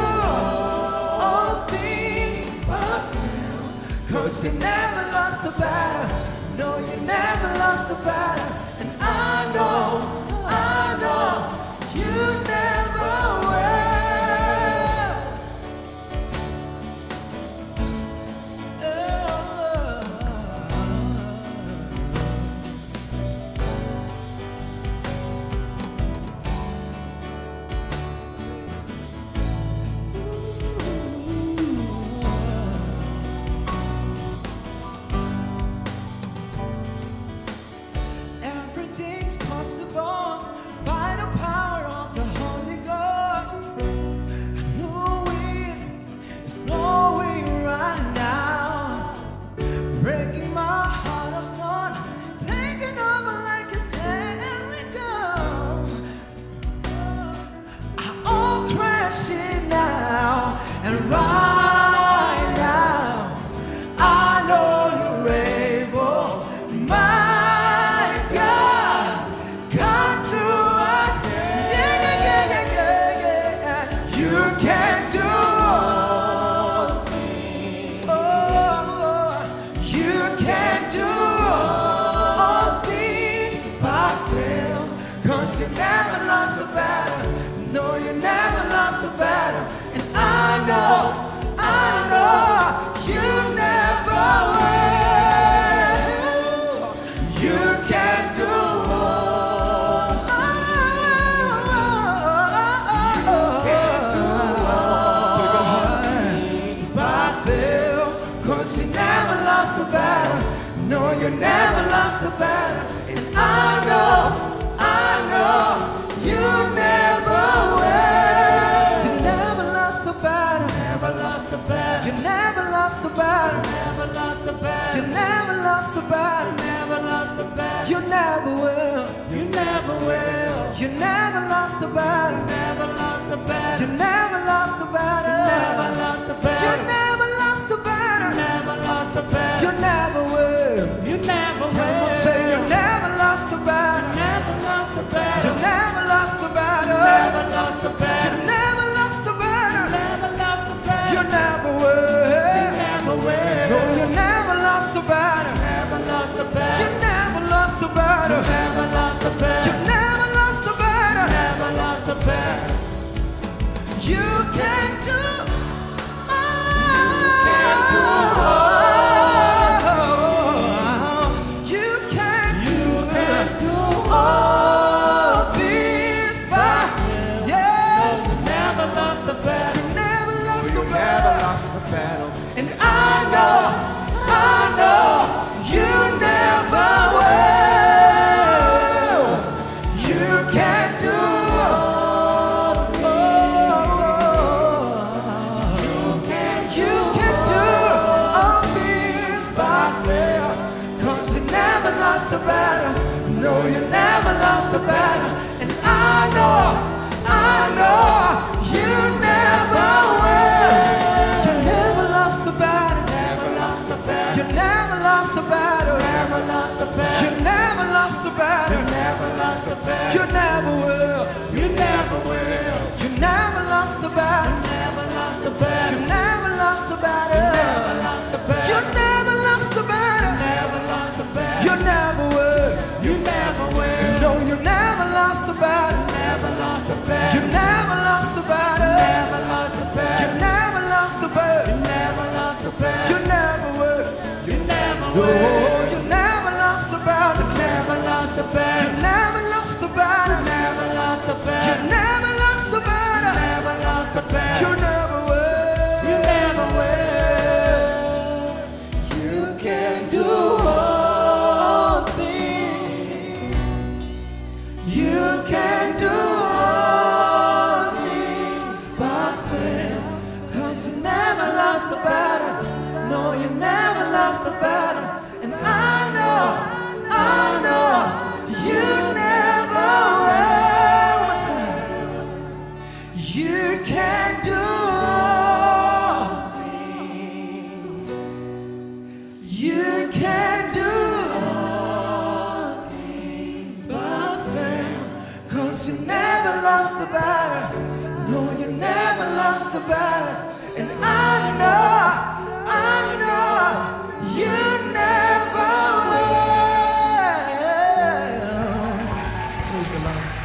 [SPEAKER 6] all things by faith. Cause you never lost the battle. No, you never lost the battle. And I know, I know, you never will. Oh. Everything's possible by the power of the Holy Ghost. A new wind is blowing right now, breaking my heart of stone, taking over like it's Jericho. I all crashing now, and right now, I know you're able. My God, come through again. Yeah, yeah, yeah, yeah, yeah, yeah. You can do all things. Oh, you can do all things by faith. Cause you never lost the battle. No, you never lost the battle. And I know, I know, you never will. You can do all. You can do all. No, you never lost a battle. And I know, I know, you never will. You never lost a battle. Never lost a battle. You never lost a battle. Never lost a battle. You never lost a battle. Never lost a battle. You never will. You never will. You never lost a battle. Never lost a battle. You never lost a battle. You never lost a battle. You never lost a battle. Never lost a battle. You never will. You never will. Come on, say you never lost a battle. Never lost a battle. You never lost a battle. Never lost a battle. You never lost a battle. Never lost a battle. You never will. You never will. No, you never lost a battle. Never lost a battle. You never lost a battle. Never lost a battle. You never lost a battle. Never lost a battle. You can do. all. You can do all things by yes. Never lost the battle. You never lost the battle. And I know, I know, you never will. You can do all. You can do all things by faith. Cause you never lost a battle. No, you never lost a battle. And I know, I know, you never will. You never lost a battle. Never lost a battle. You never lost a battle. Never lost a battle. You never lost a battle. Never lost a battle. You never will. You never will. You never lost a battle. Never lost a battle. You never lost a battle. Never lost a battle. You never lost a battle. Never lost a battle. You never will. You never will. No, you never lost a battle. Never lost a battle. You never lost a battle. Never lost a battle. You never lost a battle. You never lost a battle. You never will. You never will. You never lost a battle. Never lost a battle. You never lost a battle. Never lost a battle. You never lost a battle. Never lost a battle. You never will. You never will. You can do all things. You can do all things by faith. Cause you never lost the battle. No, you never lost the battle. And I know, I know, you never will. One time. You can do all things. You can do all things by faith. Cause you never lost the battle. No, you never lost the battle. And I know, I know, you never will. Praise the Lord.